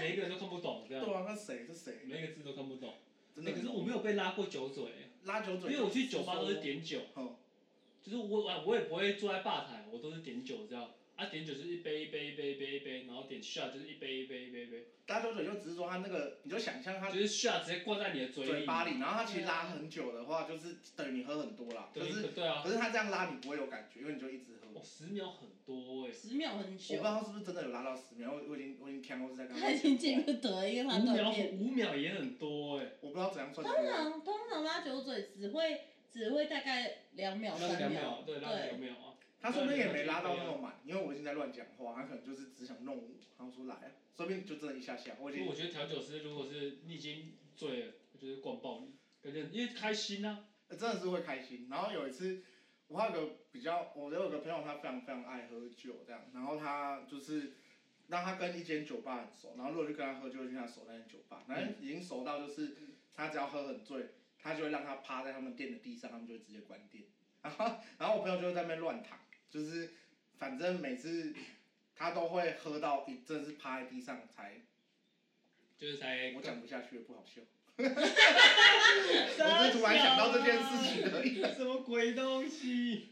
Speaker 2: 每一个人都看不懂这样
Speaker 3: 对，啊，那谁是谁？
Speaker 2: 每一个字都看不懂。
Speaker 3: 真
Speaker 2: 哎
Speaker 3: 的。
Speaker 2: 可是我没有被拉过酒嘴，
Speaker 3: 拉酒
Speaker 2: 因
Speaker 3: 嘴，
Speaker 2: 为我去酒吧都是。点酒，
Speaker 3: 哦，
Speaker 2: 就是我啊我也不会坐在吧台，我都是点酒这样。啊，点酒就是一杯一杯一杯一杯一杯，然后点 shot 就是一杯一杯一杯一杯，
Speaker 3: 拉酒嘴就只是说他那个，你就想象他
Speaker 2: 就是 shot 直接灌在你的嘴
Speaker 3: 嘴
Speaker 2: 里。
Speaker 3: 巴里，然后他其实
Speaker 1: 啊
Speaker 3: 拉很久的话，就是等于你喝很多啦。可
Speaker 2: 对
Speaker 3: 是
Speaker 2: 对啊，
Speaker 3: 可是他这样拉你不会有感觉，因为你就一直喝。
Speaker 2: 哦，
Speaker 3: 我
Speaker 2: 十秒很多哎、
Speaker 1: 十秒很
Speaker 3: 不知
Speaker 1: 久，
Speaker 3: 道他是不是真的有拉到十秒，我我已经我已经看过是在刚
Speaker 1: 他已经进入得一个他
Speaker 2: 五秒
Speaker 1: 断片。
Speaker 2: 五秒也很多哎、
Speaker 3: 我不知道怎样算。
Speaker 1: 通常通常拉酒嘴只会只会大概两秒
Speaker 2: 那
Speaker 1: 三
Speaker 2: 两秒对，那
Speaker 1: 对
Speaker 2: 两秒啊，
Speaker 3: 他说不定也没拉到那
Speaker 1: 啊
Speaker 3: 么满，因为我已经在乱讲话，他可能就是只想弄我，然后说来啊，说不定就真的一下下，我已
Speaker 2: 所以
Speaker 3: 经
Speaker 2: 我觉得调酒师如果是你已经醉了，就是灌爆你，感觉因为开心啊，
Speaker 3: 真的是会开心。然后有一次，我还有个比较，我有个朋友，他非常非常爱喝酒，这样，然后他就是让他跟一间酒吧很熟，然后如果去跟他喝，就会去他熟那间酒吧，然后已经熟到就是他只要喝很醉，他就会让他趴在他们店的地上，他们就会直接关店。然后，然后我朋友就会在那边乱躺，就是反正每次他都会喝到一真的是趴在地上才，
Speaker 2: 就是才
Speaker 3: 我讲不下去了，不好笑。
Speaker 2: 我
Speaker 3: 我是突然想到这件 事情而已。
Speaker 2: 什么鬼东西？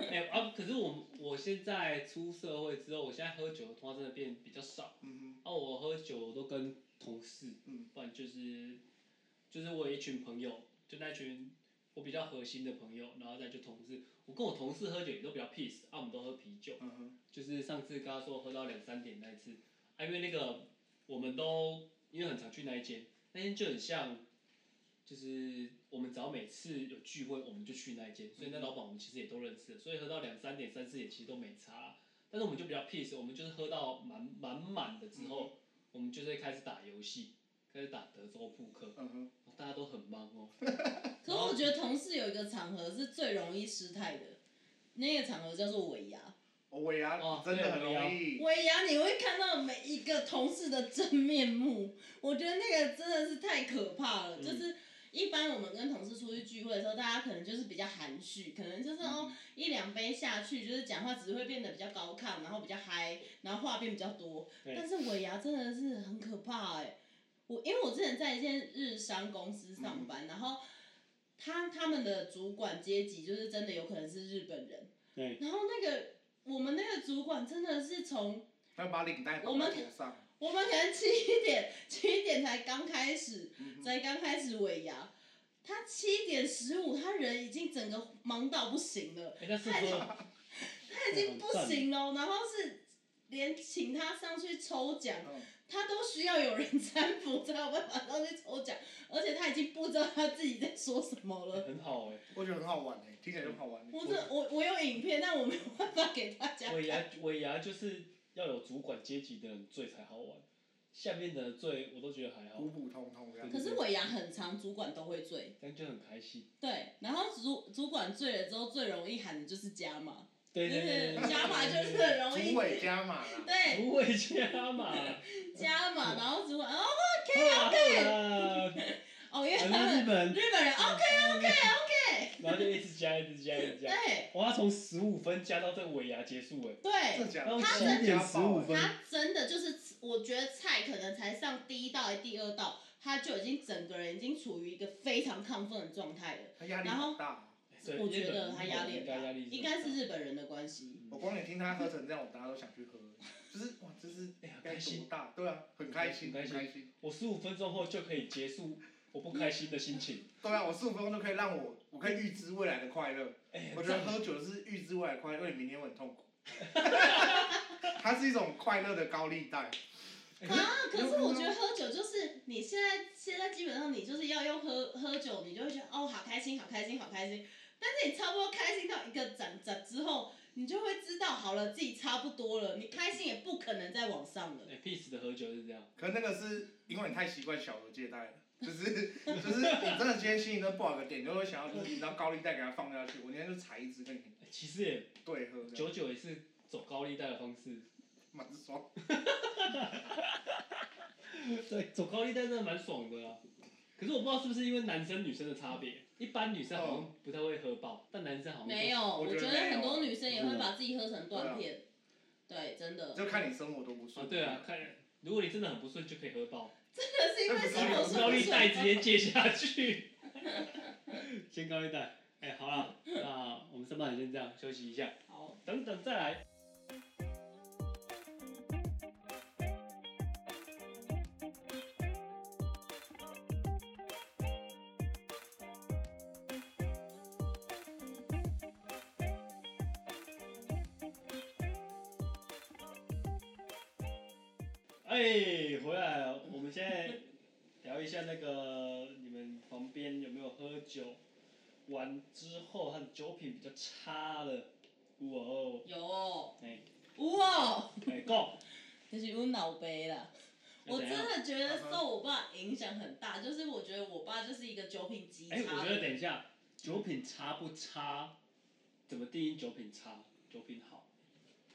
Speaker 2: 哎、啊！可是我我现在出社会之后，我现在喝酒的话真的变比较少。
Speaker 3: 嗯哼，
Speaker 2: 啊，我喝酒都跟同事，
Speaker 3: 嗯
Speaker 2: 不然就是就是我有一群朋友，就那群我比较核心的朋友，然后再就同事。我跟我同事喝酒也都比较 peace，啊，我们都喝啤酒。
Speaker 3: 嗯哼，
Speaker 2: 就是上次跟他说喝到两三点那一次，啊，因为那个我们都因为很常去那一间，那间就很像，就是我们只要每次有聚会，我们就去那一间，所以那老板我们其实也都认识，所以喝到两三点、三四点其实都没差，但是我们就比较 peace，我们就是喝到满满满的之后，我们就会开始打游戏，开始打德州扑克，
Speaker 3: 嗯哼。
Speaker 2: 大家都很忙哦，
Speaker 1: 可我觉得同事有一个场合是最容易失态的，那个场合叫做尾牙。
Speaker 3: 哦尾牙
Speaker 2: 哦
Speaker 3: 真的很容易，
Speaker 1: 尾牙你会看到每一个同事的真面目，我觉得那个真的是太可怕了。
Speaker 2: 嗯
Speaker 1: 就是一般我们跟同事出去聚会的时候，大家可能就是比较含蓄，可能就是哦一两杯下去，就是讲话只会变得比较高亢，然后比较嗨，然后话变比较多。
Speaker 2: 对
Speaker 1: 但是尾牙真的是很可怕哎、我因为我之前在一间日商公司
Speaker 2: 嗯
Speaker 1: 上班，然后他他们的主管阶级就是真的有可能是日本人，
Speaker 2: 对
Speaker 1: 然后那个我们那个主管真的是从
Speaker 3: 他把领带
Speaker 1: 我
Speaker 3: 绑
Speaker 1: 们
Speaker 3: 在头上，
Speaker 1: 我们可能七点七点才刚开始，
Speaker 3: 嗯
Speaker 1: 才刚开始尾牙，他七点十五，他人已经整个忙到不行了，
Speaker 2: 哎，但是说，
Speaker 1: 他已经不行了，然后是连请他上去抽奖，
Speaker 3: 嗯
Speaker 1: 他都需要有人搀扶才有办法上去抽奖，而且他已经不知道他自己在说什么了。
Speaker 2: 很好哎，
Speaker 3: 我觉得很好玩诶，听起来就好玩欸。
Speaker 1: 我这我我有影片，但我没有办法给大家
Speaker 2: 尾
Speaker 1: 看。
Speaker 2: 牙 尾牙就是要有主管阶级的人醉才好玩，下面的醉我都觉得还好
Speaker 3: 普，普通通这样
Speaker 1: 可。是尾牙很长，主管都会醉。
Speaker 2: 但就很开心。
Speaker 1: 对，然后主主管醉了之后，最容易喊的就是加码，
Speaker 2: 对
Speaker 1: 就
Speaker 2: 对
Speaker 1: 是
Speaker 2: 对，对
Speaker 1: 加码就是很容易
Speaker 3: 主委加码啦，
Speaker 1: 对
Speaker 2: 不会加 嘛？
Speaker 1: 加码，然后主管哦
Speaker 2: 太好了，
Speaker 1: 哦，因为
Speaker 2: 反
Speaker 1: 他
Speaker 2: 正日
Speaker 1: 们
Speaker 2: 本，
Speaker 1: 日本人 OK OK OK，
Speaker 2: 然后就一直加，一直加，一直加。
Speaker 1: 对
Speaker 2: 哇，他从十五分加到这个尾牙结束哎，
Speaker 3: 这
Speaker 1: 对，
Speaker 3: 假
Speaker 2: 他
Speaker 3: 的
Speaker 2: 从
Speaker 1: 他
Speaker 2: 七点十五分，
Speaker 1: 他真的就是我觉得菜可能才上第一道还是第二道，他就已经整个人已经处于一个非常亢奋的状态了。
Speaker 3: 他压力好大哦。
Speaker 2: 对
Speaker 1: 我觉
Speaker 2: 日
Speaker 1: 得
Speaker 2: 本
Speaker 1: 他压力
Speaker 2: 应
Speaker 1: 很
Speaker 2: 该
Speaker 1: 大，
Speaker 2: 压力
Speaker 1: 应该是
Speaker 2: 很
Speaker 1: 日本人的关系。
Speaker 3: 我光你听他喝成这样，我大家都想去喝，就是哇，这是
Speaker 2: 大哎很
Speaker 3: 该
Speaker 2: 开
Speaker 3: 多
Speaker 2: 心。
Speaker 3: 大？对啊，很开心，
Speaker 2: 很
Speaker 3: 很
Speaker 2: 开心
Speaker 3: 开心。
Speaker 2: 我十五分钟后就可以结束我不开心的心情，
Speaker 3: 对啊，我十五分钟就可以让我，我可以预知未来的快乐。
Speaker 2: 哎，
Speaker 3: 我觉
Speaker 2: 赞
Speaker 3: 得喝酒是预知未来的快乐，因为你明天会很痛苦。 它是一种快乐的高利贷，
Speaker 1: 啊，可是我觉得喝酒就是你现在现在基本上你就是要用喝喝酒，你就会觉得哦好开心好开心好开心，但是你差不多开心到一个涨涨之后，你就会知道好了自己差不多了，你开心也不可能再往上了。
Speaker 2: 哎，peace 的喝酒是这样，
Speaker 3: 可那个是因为你太习惯小额借贷了，就是 就是你真的今天心情真的不好的点，你就会想要就是你知道高利贷给它放下去，我今天就踩一支跟你
Speaker 2: 哎其实也
Speaker 3: 对喝这样，
Speaker 2: 九九也是走高利贷的方式，
Speaker 3: 蛮爽。
Speaker 2: 对，走高利贷真的蛮爽的啊。可是我不知道是不是因为男生女生的差别，一般女生好像不太会喝爆，但男生好像都
Speaker 1: 没有，我
Speaker 3: 觉得没有
Speaker 1: 很多女生也
Speaker 2: 啊真
Speaker 1: 会
Speaker 2: 的
Speaker 1: 把自己喝成断片，对，真的，
Speaker 3: 就看你生活多不顺。
Speaker 2: 啊，对啊，看如果你真的很不顺就可以喝爆，
Speaker 1: 真的是啊因为
Speaker 3: 那
Speaker 1: 生
Speaker 3: 不
Speaker 1: 活
Speaker 3: 高
Speaker 1: 顺
Speaker 2: 高
Speaker 1: 不
Speaker 2: 利贷
Speaker 1: 顺
Speaker 2: 直接借下去， 先高利贷。哎、好了，那我们上半场先这样休息一下，
Speaker 1: 好，
Speaker 2: 等等再来。哎、回来了，我们现在聊一下那个你们旁边有没有喝酒完之后他的酒品比较差的，哇哦，
Speaker 1: 有哦，
Speaker 2: 哎
Speaker 1: 有哦，
Speaker 2: 哎够，
Speaker 1: 就是有脑杯啦。
Speaker 2: 要
Speaker 1: 我
Speaker 2: 怎
Speaker 1: 真
Speaker 2: 样？啊
Speaker 1: 的觉得受我爸影响很大，就是我觉得我爸就是一个酒品极差
Speaker 2: 哎、
Speaker 1: 的人。
Speaker 2: 我觉得等一下，酒品差不差，怎么定义酒品差？酒品好，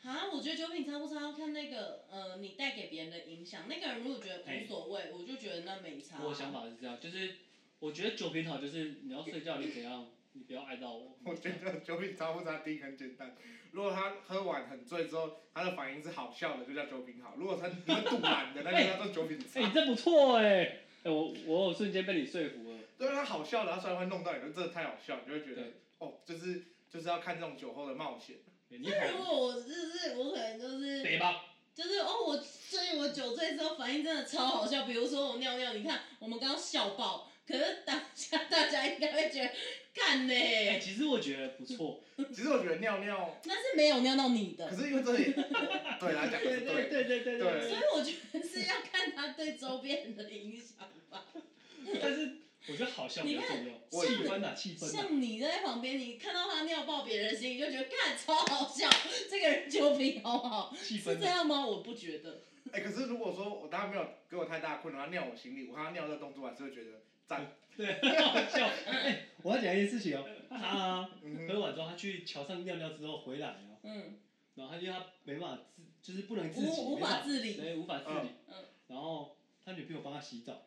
Speaker 1: 啊，我觉得酒品差不差要看那个呃，你带给别人的影响。那个人如果觉得无所谓，我就觉得那没差。
Speaker 2: 哎我的想法是这样，就是我觉得酒品好就是你要睡觉你怎样，你不要碍到我。
Speaker 3: 我觉得酒品差不差定义很简单，如果他喝完很醉之后，他的反应是好笑的，就叫酒品好；如果他很堵然的，那就叫做酒品
Speaker 2: 哎、你
Speaker 3: 差。
Speaker 2: 这不错哎、哎、我我有瞬间被你说服了。
Speaker 3: 对，啊他好笑的，他虽然会弄到你，但真的太好笑，你就会觉得
Speaker 2: 对
Speaker 3: 哦，就是就是要看这种酒后的冒险。
Speaker 2: 哎你
Speaker 1: 那如
Speaker 2: 好，
Speaker 1: 果我就是我可能就是
Speaker 2: 北吧。
Speaker 1: 就是哦，我醉我酒醉之后反应真的超好笑。比如说我尿尿，你看我们刚刚笑爆，可是当下大家应该会觉得干呢、
Speaker 2: 哎、其实我觉得不错。
Speaker 3: 其实我觉得尿尿，
Speaker 1: 那是没有尿到你
Speaker 3: 可
Speaker 1: 的。
Speaker 3: 是因为这里 对来讲是对的，
Speaker 2: 对对对
Speaker 1: 所以
Speaker 3: 对
Speaker 1: 我觉得是要看他对周边人的影响吧。
Speaker 2: 但是我觉得好笑比较重要，
Speaker 3: 我也
Speaker 2: 气氛啊，气氛啊。
Speaker 1: 像你在旁边，你看到他尿爆别人的心，你就觉得干超好笑，这个人酒品好不好？
Speaker 2: 气
Speaker 1: 是
Speaker 2: 氛
Speaker 1: 这
Speaker 2: 啊。
Speaker 1: 样吗？我不觉得。
Speaker 3: 哎、可是如果说我当然没有给我太大困扰，他尿我行李，我看他尿这个动作还是会觉得赞。
Speaker 2: 对，很好笑。哎，我要讲一件事情哦，他
Speaker 3: 嗯哼，
Speaker 2: 喝完之后，他去桥上尿尿之后回来哦，
Speaker 1: 嗯，
Speaker 2: 然后他因为他没办法自，就是不能自己，
Speaker 1: 无无
Speaker 2: 没办
Speaker 1: 法
Speaker 2: 法，
Speaker 1: 自理。
Speaker 2: 对，无法自理
Speaker 1: 嗯嗯。
Speaker 2: 然后他女朋友帮他洗澡。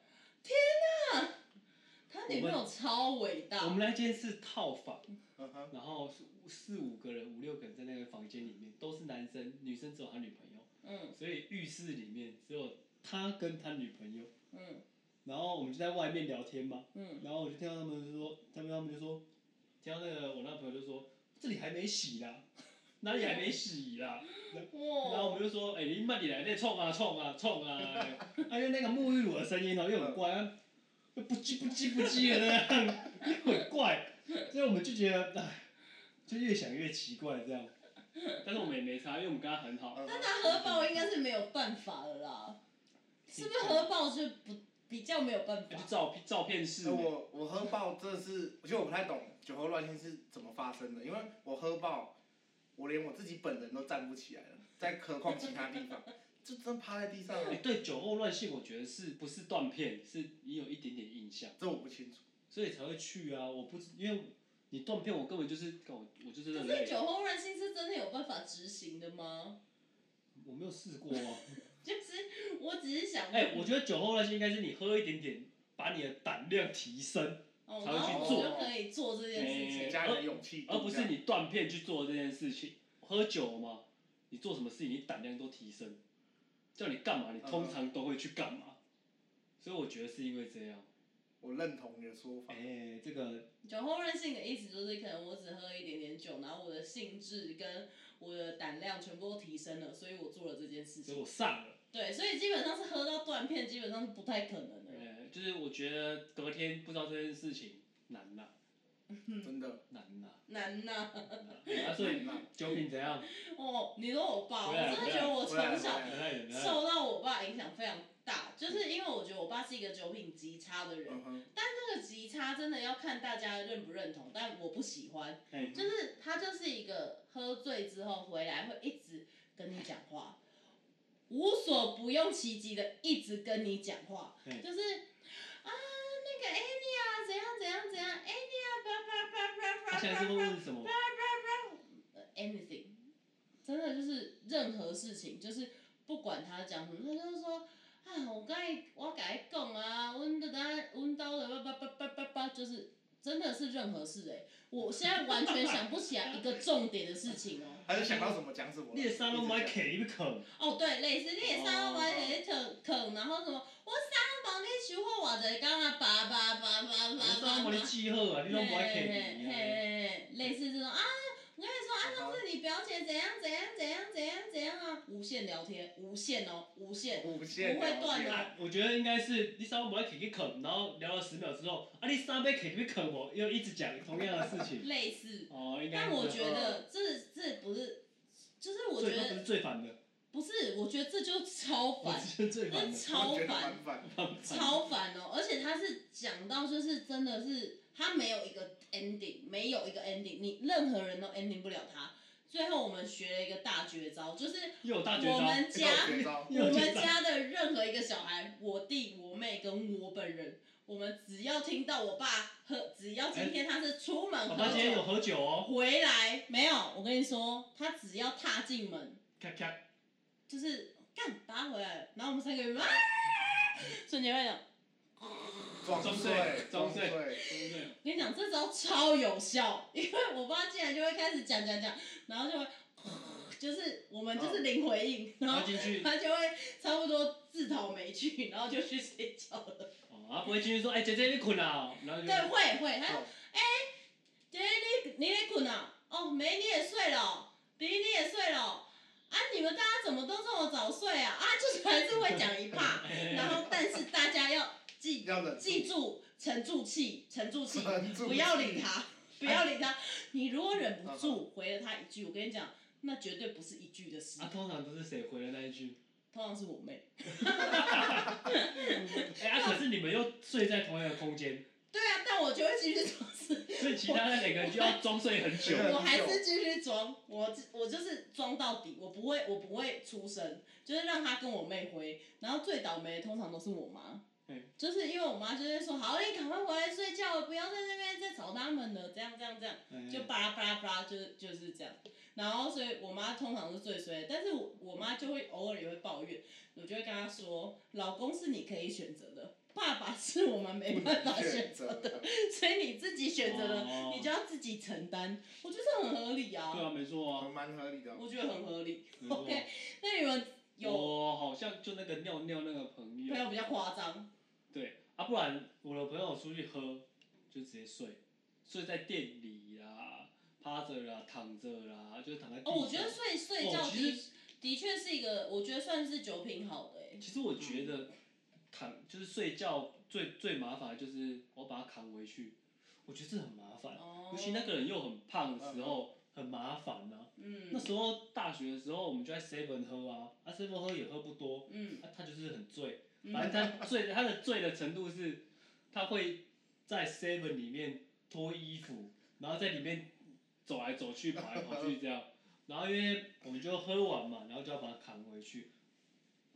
Speaker 1: 他女朋友超伟
Speaker 2: 我
Speaker 1: 大
Speaker 2: 们，那间是套房，
Speaker 3: 嗯哼，
Speaker 2: 然后四四五个人、五六个人在那个房间里面，都是男生，女生只有他女朋友，
Speaker 1: 嗯
Speaker 2: 所以浴室里面只有他跟他女朋友。
Speaker 1: 嗯
Speaker 2: 然后我们就在外面聊天嘛，
Speaker 1: 嗯，
Speaker 2: 然后我就听到他们就说，他们他们就说， 听到那个我那朋友就说，这里还没洗啦，哪里还没洗啦？就说，哎、你慢点来，那冲啊冲啊冲啊，哎而且那个沐浴乳的声音哦又很怪，啊又不叽不叽不叽的那样，又很怪，所以我们就觉得，哎，就越想越奇怪这样。但是我们也没差，因为我们跟他很好。
Speaker 3: 嗯
Speaker 1: 但他核爆应该是没有办法了啦，是不是核爆就不比较没有办
Speaker 2: 就
Speaker 1: 法？
Speaker 2: 照片照片式
Speaker 3: 呃，我我喝爆真的是，其实我不太懂酒后乱性是怎么发生的，因为我喝爆，我连我自己本人都站不起来了，再何况其他地方，就真趴在地上啊
Speaker 2: 哎、
Speaker 3: 了，
Speaker 2: 对酒后乱性，我觉得是不是断片，是你有一点点印象，
Speaker 3: 这我不清楚。
Speaker 2: 所以才会去啊。我不知，因为你断片，我根本就是干我我就是
Speaker 1: 可
Speaker 2: 认
Speaker 1: 是
Speaker 2: 累，啊
Speaker 1: 酒后任性是真的有办法执行的吗？
Speaker 2: 我没有试过啊。
Speaker 1: 就是我只是想，
Speaker 2: 哎、我觉得酒后乱性应该是你喝一点点，把你的胆量提升，
Speaker 1: 哦，
Speaker 2: 才会哎
Speaker 1: 然后
Speaker 3: 去
Speaker 1: 我
Speaker 3: 做
Speaker 1: 就可以做这件事情。
Speaker 3: 加你的勇气，
Speaker 2: 而不是你断片去做这件事情。喝酒嘛，你做什么事情你胆量都提升，叫你干嘛你通常都会去干嘛，所以我觉得是因为这样。
Speaker 3: 我认同你的说法
Speaker 2: 哎、，这个
Speaker 1: 酒后任性的意思就是，可能我只喝一点点酒，然后我的兴致跟我的胆量全部都提升了，所以我做了这件事
Speaker 2: 所以
Speaker 1: 情。
Speaker 2: 我上了。
Speaker 1: 对，所以基本上是喝到断片，基本上是不太可能的。
Speaker 2: 呃，就是我觉得隔天不知道这件事情难呐、嗯
Speaker 3: 真的。
Speaker 2: 难呐、
Speaker 1: 难呐、
Speaker 2: 难呐、啊，所以酒品怎样？
Speaker 1: 哦，你说我爸，我
Speaker 2: 回来
Speaker 1: 真的觉得我从小
Speaker 2: 哎
Speaker 3: 回来
Speaker 1: 受到我爸影响非常大，就是因为我觉得我爸是一个酒品极差的人，
Speaker 3: 嗯哼，
Speaker 1: 那个极差真的要看大家认不认同，但我不喜欢，
Speaker 2: 哎，
Speaker 1: 就是他就是一个喝醉之后回来会一直跟你讲话，无所不用其极的一直跟你讲话，
Speaker 2: 嗯
Speaker 1: 就是啊那个 Annie 啊怎样怎样怎样 Annie 啊叭叭叭叭叭叭叭
Speaker 2: 他现在是问问什 么？
Speaker 1: anything，真的就是任何事情，就是不管他讲什么，他就是说，啊，我刚才我刚才讲啊，温的咱温到的叭叭叭叭叭叭，就是真的是任何事哎、我现在完全想不起来一个重点的事情哦、
Speaker 3: 他就想到什么讲什么。
Speaker 2: 你的沙龙买
Speaker 3: 买
Speaker 2: K 不肯？
Speaker 1: 哦，对，类似你也上班也啃啃，然后什么，我上班你收获我就刚啊叭叭叭叭叭
Speaker 2: 我
Speaker 1: 叭
Speaker 2: 沙龙
Speaker 1: 叭
Speaker 2: 买你。记好啊，你拢不
Speaker 1: 嘿
Speaker 2: 爱 K
Speaker 1: 嘿
Speaker 2: 你啊？
Speaker 1: 嘿，类似这种啊，我跟你说啊，上次你表姐怎样怎样怎样怎样怎样啊，无限聊天，无限哦，无限，
Speaker 3: 无限
Speaker 1: 不会断的
Speaker 2: 啊我觉得应该是你沙龙买 K 去啃，然后聊了十秒之后，啊，你三杯 K 去啃我，又一直讲同样的事情。
Speaker 1: 类似。
Speaker 2: 哦，应该
Speaker 1: 但
Speaker 2: 是。
Speaker 1: 我觉得这这不是，就是我
Speaker 2: 最
Speaker 1: 觉
Speaker 2: 都不
Speaker 1: 得
Speaker 2: 是最烦的，
Speaker 1: 不是，我觉得这就超
Speaker 2: 我
Speaker 1: 烦，
Speaker 2: 觉得最烦
Speaker 1: 这
Speaker 2: 的。
Speaker 1: 超
Speaker 3: 我觉得
Speaker 1: 烦。
Speaker 3: 蛮烦。
Speaker 1: 超烦哦！而且他是讲到就是真的是他没有一个 ending，没有一个 ending，你任何人都 ending 不了他。最后我们学了一个大绝招，就是
Speaker 2: 又有大绝招
Speaker 1: 我们家
Speaker 3: 绝招
Speaker 2: 又
Speaker 1: 我们
Speaker 2: 有绝招
Speaker 1: 家的任何一个小孩，我弟、我妹跟我本人，我们只要听到我爸喝，只要今天他是出门
Speaker 2: 爸
Speaker 1: 喝
Speaker 2: 爸今天有
Speaker 1: 酒，
Speaker 2: 喝酒哦，
Speaker 1: 回来没有？我跟你说，他只要踏进门，
Speaker 2: 咔咔。
Speaker 1: 就是干拔回来了，然后我们三个人啊，瞬间会讲，
Speaker 3: 装睡，
Speaker 2: 装睡
Speaker 3: 睡。
Speaker 2: 嗯
Speaker 1: 我跟你讲，这招超有效，因为我爸进来就会开始讲讲讲，然后就会， 就是我们就是零回应，然
Speaker 2: 然后
Speaker 1: 后
Speaker 2: 进去，
Speaker 1: 他就会差不多自讨没趣，然后就去睡觉了。
Speaker 2: 哦，他不会进去说，哎，姐姐你困了哦，然后就
Speaker 1: 对，会会，他
Speaker 3: 哦
Speaker 1: 姐你你也困啊？哦，没你也睡了哦，弟你也睡了哦。啊，你们大家怎么都这么早睡啊？啊，就是还是会讲一怕，然 后但是大家要记
Speaker 3: 要忍住
Speaker 1: 记住沉住气，沉住气，
Speaker 3: 沉住
Speaker 1: 不要理
Speaker 3: 气嗯
Speaker 1: 他，不要理 他。你如果忍不住回了他一句，我跟你讲，那绝对不是一句的事
Speaker 2: 啊，，通常都是谁回了那一句？
Speaker 1: 通常是我妹。
Speaker 2: 哎、啊，可是你们又睡在同一个空间，
Speaker 1: 对啊，但我就会继续装死，
Speaker 2: 所以其他那两个人就要装睡很久。
Speaker 1: 我还是继续装，我我就是装到底，我不会我不会出声，就是让他跟我妹回。然后最倒霉的通常都是我妈
Speaker 2: 嗯，
Speaker 1: 就是因为我妈就会说，好，你赶快回来睡觉，不要在那边再吵他们了，这样这样这样。
Speaker 2: 嗯
Speaker 1: 就巴拉巴拉巴拉，就是就是这样。然后，所以我妈通常是最衰的，但是我我妈就会偶尔也会抱怨，我就会跟她说，老公是你可以选择的，爸爸是我们没办法选择的，
Speaker 3: 的。
Speaker 1: 所以你自己选择了，
Speaker 2: 哦
Speaker 1: 你就要自己承担。我觉得这很合理啊，
Speaker 2: 对啊，没错啊。
Speaker 3: 哦蛮合理的。
Speaker 1: 我觉得很合理。
Speaker 2: 没错
Speaker 1: OK，那你们有啊
Speaker 2: 我哦好像就那个尿尿那个朋
Speaker 1: 朋
Speaker 2: 友，
Speaker 1: 友比较夸张，
Speaker 2: 对啊，不然我的朋友出去喝就直接睡，睡在店啊里啦，趴着啦，躺着啦，就是躺在地
Speaker 1: 哦，
Speaker 2: 上。
Speaker 1: 我觉得睡睡觉
Speaker 2: 哦其
Speaker 1: 低
Speaker 2: 实
Speaker 1: 的确是一个，我觉得算是酒品好的、欸。
Speaker 2: 其实我觉得扛就是睡觉最最麻烦的就是我把它扛回去，我觉得这很麻烦，
Speaker 1: 哦
Speaker 2: 尤，其那个人又很胖的时候很麻烦呐、那
Speaker 1: 嗯
Speaker 2: 时候大学的时候我们就在 seven 喝啊，啊 seven 喝也喝不多，
Speaker 1: 嗯，
Speaker 2: 啊他就是很醉，
Speaker 1: 嗯
Speaker 2: 反正他醉他的醉的程度是，他会在 seven 里面脱衣服，然后在里面走来走去跑来跑去这样，然后因为我们就喝完嘛，然后就要把它扛回去，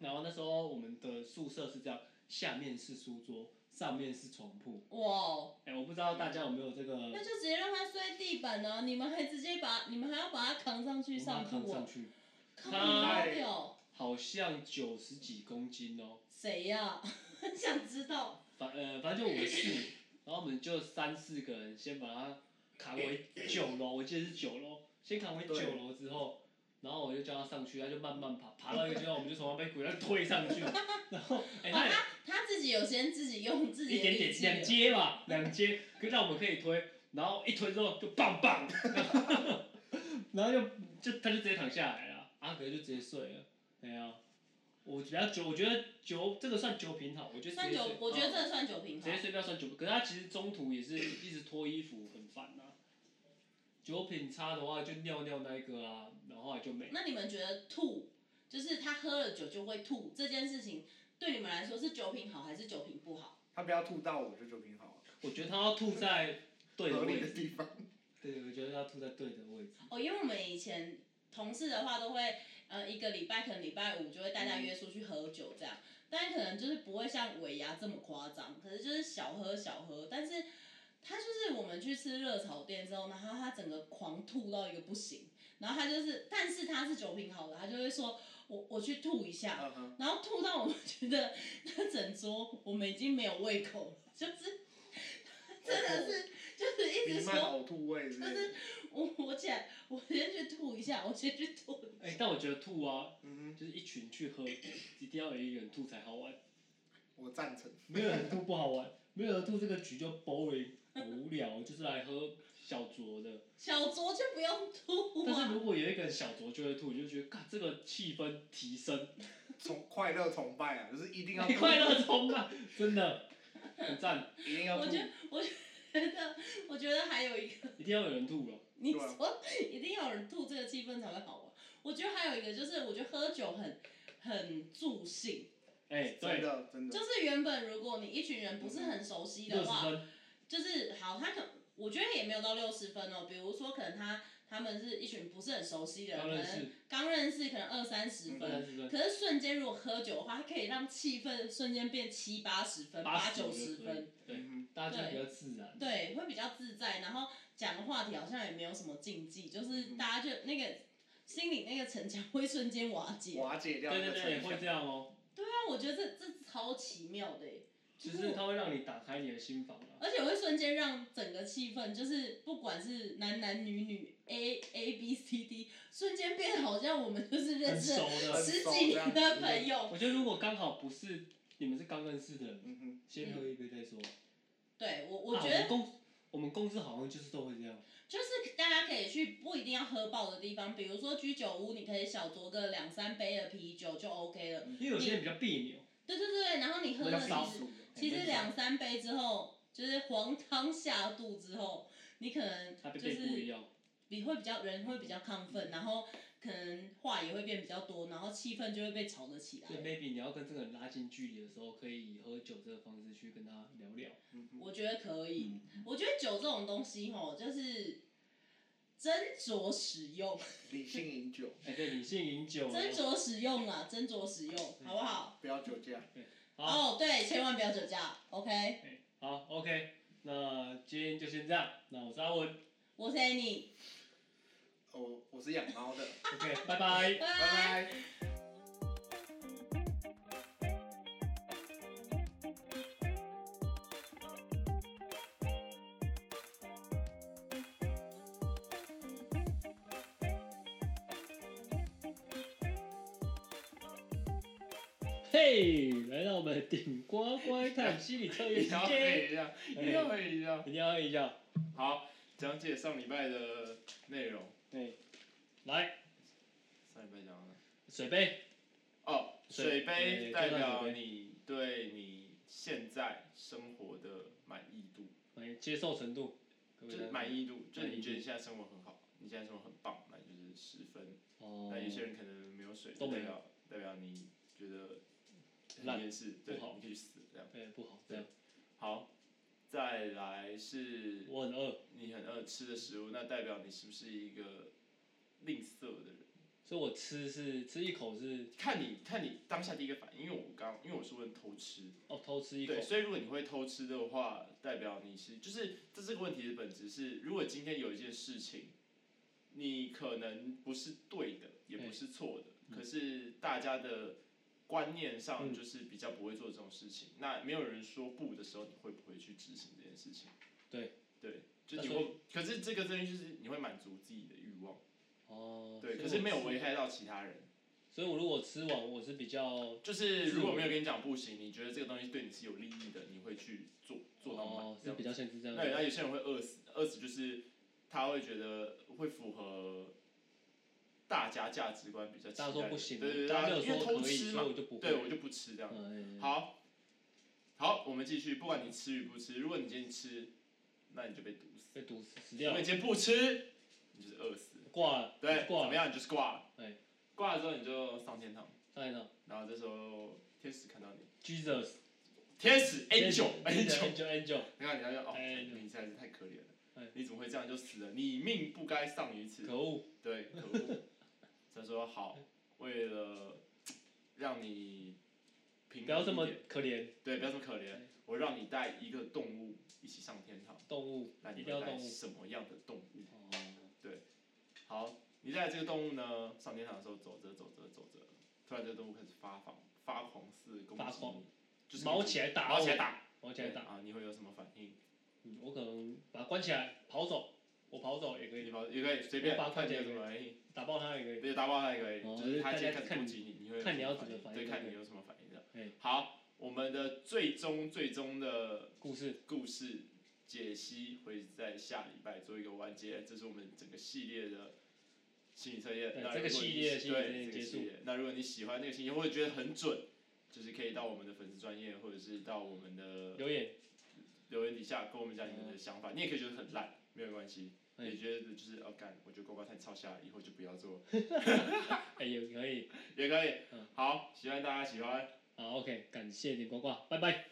Speaker 2: 然后那时候我们的宿舍是这样，下面是书桌，上面是床铺，
Speaker 1: 哇哦，
Speaker 2: 哎、我不知道大家有没有这个
Speaker 1: 那就直接让他睡地板呢、你们还直接把你们还要把他扛上去上
Speaker 2: 把它扛
Speaker 1: 铺、
Speaker 2: 上
Speaker 1: 哦，
Speaker 2: 去，
Speaker 1: 靠
Speaker 2: 他
Speaker 1: 掉
Speaker 2: 好像九十几公斤哦。
Speaker 1: 谁呀？很想知道，
Speaker 2: 反呃，反正就我们四，然后我们就三四个人先把它扛回九楼，我记得是九楼，先扛回九楼之后，然后我就叫他上去，他就慢慢爬，爬到一个地方，我们就从他背骨要推上 去，然后哎、
Speaker 1: 哦
Speaker 2: 他也
Speaker 1: 他他自己有先自己用自己
Speaker 2: 一
Speaker 1: 的
Speaker 2: 点
Speaker 1: 力
Speaker 2: 点
Speaker 1: 气
Speaker 2: 两
Speaker 1: 了，
Speaker 2: 阶吧，两阶，可让我们可以推，然后一推之后就棒棒，然后就就他就直接躺下来了，阿格就直接睡了，哎呀、我比较酒，我觉得酒这个算酒品好，我觉得直
Speaker 1: 算
Speaker 2: 接
Speaker 1: 酒
Speaker 2: 睡，
Speaker 1: 我觉得这算酒品
Speaker 2: 直
Speaker 1: 好
Speaker 2: 接。睡觉算酒，可是他其实中途也是一直脱衣服，很烦呐、啊酒品差的话就尿尿那一个啊，然后后来就没。
Speaker 1: 那你们觉得吐，就是他喝了酒就会吐这件事情，对你们来说是酒品好还是酒品不好？
Speaker 3: 他不要吐到我，就酒品好，
Speaker 2: 我觉得他要吐在对的
Speaker 3: 合
Speaker 2: 位
Speaker 3: 理的
Speaker 2: 置，
Speaker 3: 地 方。
Speaker 2: 对，我觉得他吐在对的位置。
Speaker 1: 哦，因为我们以前同事的话都会，呃，一个礼拜可能礼拜五就会大家约出去喝酒这样，但可能就是不会像尾牙这么夸张，可是就是小喝小喝，但是他就是我们去吃热炒店之后，然后他整个狂吐到一个不行，然后他就是，但是他是酒品好的，他就会说我我去吐一下，
Speaker 3: 嗯哼，
Speaker 1: 然后吐到我们觉得那整桌我们已经没有胃口了，就是真的是就是一
Speaker 3: 弥
Speaker 1: 直
Speaker 3: 漫
Speaker 1: 说，
Speaker 3: 呕吐味之类
Speaker 1: 就
Speaker 3: 的。
Speaker 1: 我我起来我先去吐一下，我先去吐一下。
Speaker 2: 哎、但我觉得吐啊，
Speaker 3: 嗯哼，
Speaker 2: 就是一群去喝，一定要有一个人吐才好玩，
Speaker 3: 我赞成。
Speaker 2: 没有人吐不好玩，没有人吐这个局就 boring 很无聊，就是来喝小酌的。
Speaker 1: 小酌就不用吐
Speaker 2: 但是
Speaker 1: 啊，
Speaker 2: 如果有一个人小酌就会吐，你就觉得，嘎，这个气氛提升，
Speaker 3: 崇快乐崇拜啊，就是一 定要
Speaker 2: 快乐冲啊，真的，很赞，
Speaker 3: 一定要
Speaker 1: 我
Speaker 3: 吐
Speaker 1: 觉。得我觉得我觉得还有一个，
Speaker 2: 一定要有人吐了。
Speaker 1: 你
Speaker 3: 对啊
Speaker 1: 说一定要有人吐，这个气氛才会好玩。我觉得还有一个就是，我觉得喝酒很很助兴，
Speaker 2: 哎、
Speaker 3: 真
Speaker 2: 对，
Speaker 3: 的真
Speaker 1: 就
Speaker 3: 的。
Speaker 1: 是原本如果你一群人不是很熟悉
Speaker 2: 六
Speaker 1: 的
Speaker 2: 十
Speaker 1: 话，
Speaker 2: 分，
Speaker 1: 就是好，他可我觉得也没有到六十分哦。比如说，可能他他们是一群不是很熟悉的人，
Speaker 2: 高
Speaker 1: 可
Speaker 2: 认
Speaker 1: 能
Speaker 2: 识，嗯
Speaker 1: 刚认识，可能二三十
Speaker 2: 高
Speaker 1: 分。
Speaker 2: 认识分，
Speaker 1: 可是瞬间如果喝酒的话，它可以让气氛瞬间变七八十分、八
Speaker 2: 80
Speaker 1: 九十分，
Speaker 2: 对
Speaker 3: 嗯
Speaker 2: 大家比较自然。
Speaker 1: 对，会比较自在。然后讲的话题好像也没有什么禁忌，就是
Speaker 3: 嗯
Speaker 1: 大家就那个心里那个城墙会瞬间瓦
Speaker 3: 哼，
Speaker 1: 解。
Speaker 3: 瓦解掉
Speaker 2: 对
Speaker 3: 那
Speaker 2: 对
Speaker 3: 个
Speaker 2: 对，
Speaker 3: 城
Speaker 2: 会
Speaker 3: 墙。
Speaker 2: 这样哦、
Speaker 1: 那我觉得这这超奇妙的欸耶，
Speaker 2: 其
Speaker 1: 就是
Speaker 2: 实它会让你打开你的心房啊。
Speaker 1: 而且会瞬间让整个气氛，就是不管是男男女女 A A B C D，瞬间变得好像我们就是认
Speaker 2: 很
Speaker 1: 识
Speaker 2: 熟
Speaker 1: 了
Speaker 2: 的。
Speaker 1: 十几年的朋友。
Speaker 2: 我觉得如果刚好不是你们是刚认识的人，
Speaker 3: 嗯哼，
Speaker 2: 先喝一杯再说。
Speaker 1: 对我，我
Speaker 2: 啊
Speaker 1: 觉
Speaker 2: 们
Speaker 1: 得
Speaker 2: 公我们公司好像就是都会这样。
Speaker 1: 就是大家可以去不一定要喝爆的地方，比如说居酒屋，你可以小酌个两三杯的啤酒就 OK 了。
Speaker 2: 因为有些人比较啊别扭，
Speaker 1: 对对对，然后你喝
Speaker 3: 比较
Speaker 1: 了
Speaker 3: 少
Speaker 1: 其实
Speaker 3: 数。
Speaker 1: 其实两三杯之后，就是黄汤下肚之后，你可能
Speaker 2: 他被
Speaker 1: 就
Speaker 2: 被不
Speaker 1: 是
Speaker 2: 一样。
Speaker 1: 比会比较人会比较亢奋，然后可能话也会变比较多，然后气氛就会被炒得起
Speaker 2: 所以
Speaker 1: 来。
Speaker 2: maybe 你要跟这个人拉近距离的时候，可以以喝酒这个方式去跟他聊聊。
Speaker 3: 嗯哼
Speaker 1: 我觉得可以，我觉得酒这种东西吼，就是斟酌使用，
Speaker 3: 理性饮酒，
Speaker 2: 哎、对，理性饮酒。
Speaker 1: 斟酌使用啊，斟酌使用，好不好？
Speaker 3: 不要酒驾。
Speaker 2: 好
Speaker 1: 哦，对，千万不要酒驾，OK？
Speaker 2: 哎好，OK，那今天就先这样。那我是阿文
Speaker 1: 我是 Annie，
Speaker 3: 我哦我是养猫的，
Speaker 2: ，OK，拜拜。
Speaker 1: 拜
Speaker 3: 拜拜。
Speaker 2: 嘿来到我们顶呱呱探心理测验时
Speaker 4: 要
Speaker 2: 间，哎
Speaker 4: 配一下，一定要配一下。
Speaker 2: 一定要喝一下。
Speaker 4: 好，讲解上礼拜的内容。
Speaker 2: 哎对，来，
Speaker 4: 上礼拜讲完了。
Speaker 2: 水杯，
Speaker 5: 哦，水杯
Speaker 2: 对就
Speaker 5: 代
Speaker 2: 算
Speaker 5: 表
Speaker 2: 水杯
Speaker 5: 你对你现在生活的满意度，
Speaker 2: 哎接受程度，各位
Speaker 5: 就是
Speaker 2: 大家
Speaker 5: 满意度，就是
Speaker 2: 满意
Speaker 5: 你觉得
Speaker 2: 度
Speaker 5: 你现在生活很好，你现在生活很棒，那就是十分。
Speaker 2: 哦
Speaker 5: 那有些人可能没有水，
Speaker 2: 都没
Speaker 5: 代
Speaker 2: 有
Speaker 5: 表代表你觉得
Speaker 2: 烂
Speaker 5: 很厌世，对，
Speaker 2: 好
Speaker 5: 你可以去死这样。
Speaker 2: 对不好，这样
Speaker 5: 好，再来是
Speaker 2: 我很饿，
Speaker 5: 你很饿吃的食物，那代表你是不是一个吝啬的人？
Speaker 2: 所以我吃是吃一口是
Speaker 5: 看你看你当下第一个反应，因为我刚因为我是问偷吃，
Speaker 2: 哦偷吃一口
Speaker 5: 对，，所以如果你会偷吃的话，代表你是就是这这个问题的本质是，如果今天有一件事情，你可能不是对的，也不
Speaker 2: 哎
Speaker 5: 是错的，可是大家的观念上
Speaker 2: 嗯
Speaker 5: 就是比较不会做这种事情，那没有人说不的时候，你会不会去执行这件事情？
Speaker 2: 对
Speaker 5: 对，就
Speaker 2: 那
Speaker 5: 你
Speaker 2: 所以
Speaker 5: 会，可是这个东西就是你会满足自己的欲望，
Speaker 2: 哦，
Speaker 5: 对，
Speaker 2: 所以
Speaker 5: 可是
Speaker 2: 我
Speaker 5: 没有
Speaker 2: 吃
Speaker 5: 危害到其他人。
Speaker 2: 所以我如果吃完我是比较哦
Speaker 5: 就是如果没有跟你讲不行，你觉得这个东西对你是有利益的，你会去做做到满
Speaker 2: 哦，
Speaker 5: 这
Speaker 2: 是
Speaker 5: 样
Speaker 2: 比较限制这样，
Speaker 5: 那有那有些人会饿死，饿死就是他会觉得会符合大家价值观比较期
Speaker 2: 大
Speaker 5: 待
Speaker 2: 家
Speaker 5: 的。
Speaker 2: 说不行，
Speaker 5: 对对对，
Speaker 2: 大家没有
Speaker 5: 因为
Speaker 2: 说
Speaker 5: 偷
Speaker 2: 可以，所
Speaker 5: 吃
Speaker 2: 以
Speaker 5: 嘛
Speaker 2: 我，就不会，
Speaker 5: 对我就不吃这样。
Speaker 2: 嗯，
Speaker 5: 好，好，我们继续，不管你吃与不吃，如果你今天吃，那你就被毒死；
Speaker 2: 被毒死死
Speaker 5: 如
Speaker 2: 掉
Speaker 5: 果
Speaker 2: 了
Speaker 5: 你，今天不吃，你就是饿死。
Speaker 2: 挂了，
Speaker 5: 对，
Speaker 2: 挂
Speaker 5: 怎么
Speaker 2: 了，
Speaker 5: 样？你就是挂了。
Speaker 2: 对，
Speaker 5: 挂了之后你就上天堂，
Speaker 2: 上一张
Speaker 5: 然后这时候天使看到你。
Speaker 2: Jesus
Speaker 5: 天使 angel angel，
Speaker 2: Angel Angel，
Speaker 5: 你看你看就哦，
Speaker 2: 哎
Speaker 5: 你实在是太可怜了
Speaker 2: 哎，
Speaker 5: 你怎么会这样就死了？你命不该丧于此。
Speaker 2: 可恶，
Speaker 5: 对，可恶。他说好，为了让你平
Speaker 2: 不要这
Speaker 5: 衡一
Speaker 2: 么
Speaker 5: 点，
Speaker 2: 可怜，
Speaker 5: 对，不要这么可怜
Speaker 2: 哎，
Speaker 5: 我让你带一个动物一起上天堂，
Speaker 2: 动物
Speaker 5: 那
Speaker 2: 一
Speaker 5: 你
Speaker 2: 定要
Speaker 5: 会带
Speaker 2: 动物，
Speaker 5: 什么样的动物？
Speaker 2: 哦，
Speaker 5: 好，你带这个动物呢，上天堂的时候走着走着走着，突然这个动物开始发狂，发狂似攻
Speaker 2: 发
Speaker 5: 击
Speaker 2: 狂
Speaker 5: 你，就是
Speaker 2: 毛
Speaker 5: 你
Speaker 2: 起来打我，
Speaker 5: 毛起来打，
Speaker 2: 毛起来打，
Speaker 5: 啊，你会有什么反应？
Speaker 2: 嗯，我可能把它关起来，跑走，我跑走也可以，
Speaker 5: 你跑也可以随便，
Speaker 2: 八块
Speaker 5: 看你有
Speaker 2: 钱
Speaker 5: 什么反应，
Speaker 2: 打爆它也可以，
Speaker 5: 对，打爆他也可以，
Speaker 2: 哦
Speaker 5: 就是他今天开始
Speaker 2: 看
Speaker 5: 攻
Speaker 2: 你
Speaker 5: 击你，你会有
Speaker 2: 看你
Speaker 5: 什么
Speaker 2: 要怎么反应
Speaker 5: 对，看
Speaker 2: 对
Speaker 5: 你有什么反应的
Speaker 2: 对。
Speaker 5: 好，我们的最终最终的
Speaker 2: 故事
Speaker 5: 故事解析会在下礼拜做一个完结，这是我们整个系列的心理测验。
Speaker 2: 对
Speaker 5: 那
Speaker 2: 这个
Speaker 5: 如果你
Speaker 2: 系列心理测
Speaker 5: 对
Speaker 2: 验
Speaker 5: 这个
Speaker 2: 结
Speaker 5: 系
Speaker 2: 束
Speaker 5: 列，那如果你喜欢这个信息或者觉得很准，就是可以到我们的粉丝专业，或者是到我们的
Speaker 2: 留言，
Speaker 5: 留言底下跟我们讲你们的想法，你也可以觉得很烂，没有关系，
Speaker 2: 哎
Speaker 5: 也觉得就是哦干，我觉得呱呱太超瞎了，以后就不要做，
Speaker 2: 哎也可以，
Speaker 5: 也可以
Speaker 2: 嗯。
Speaker 5: 好，喜欢大家喜欢，
Speaker 2: 好，OK，感谢你呱呱，拜拜。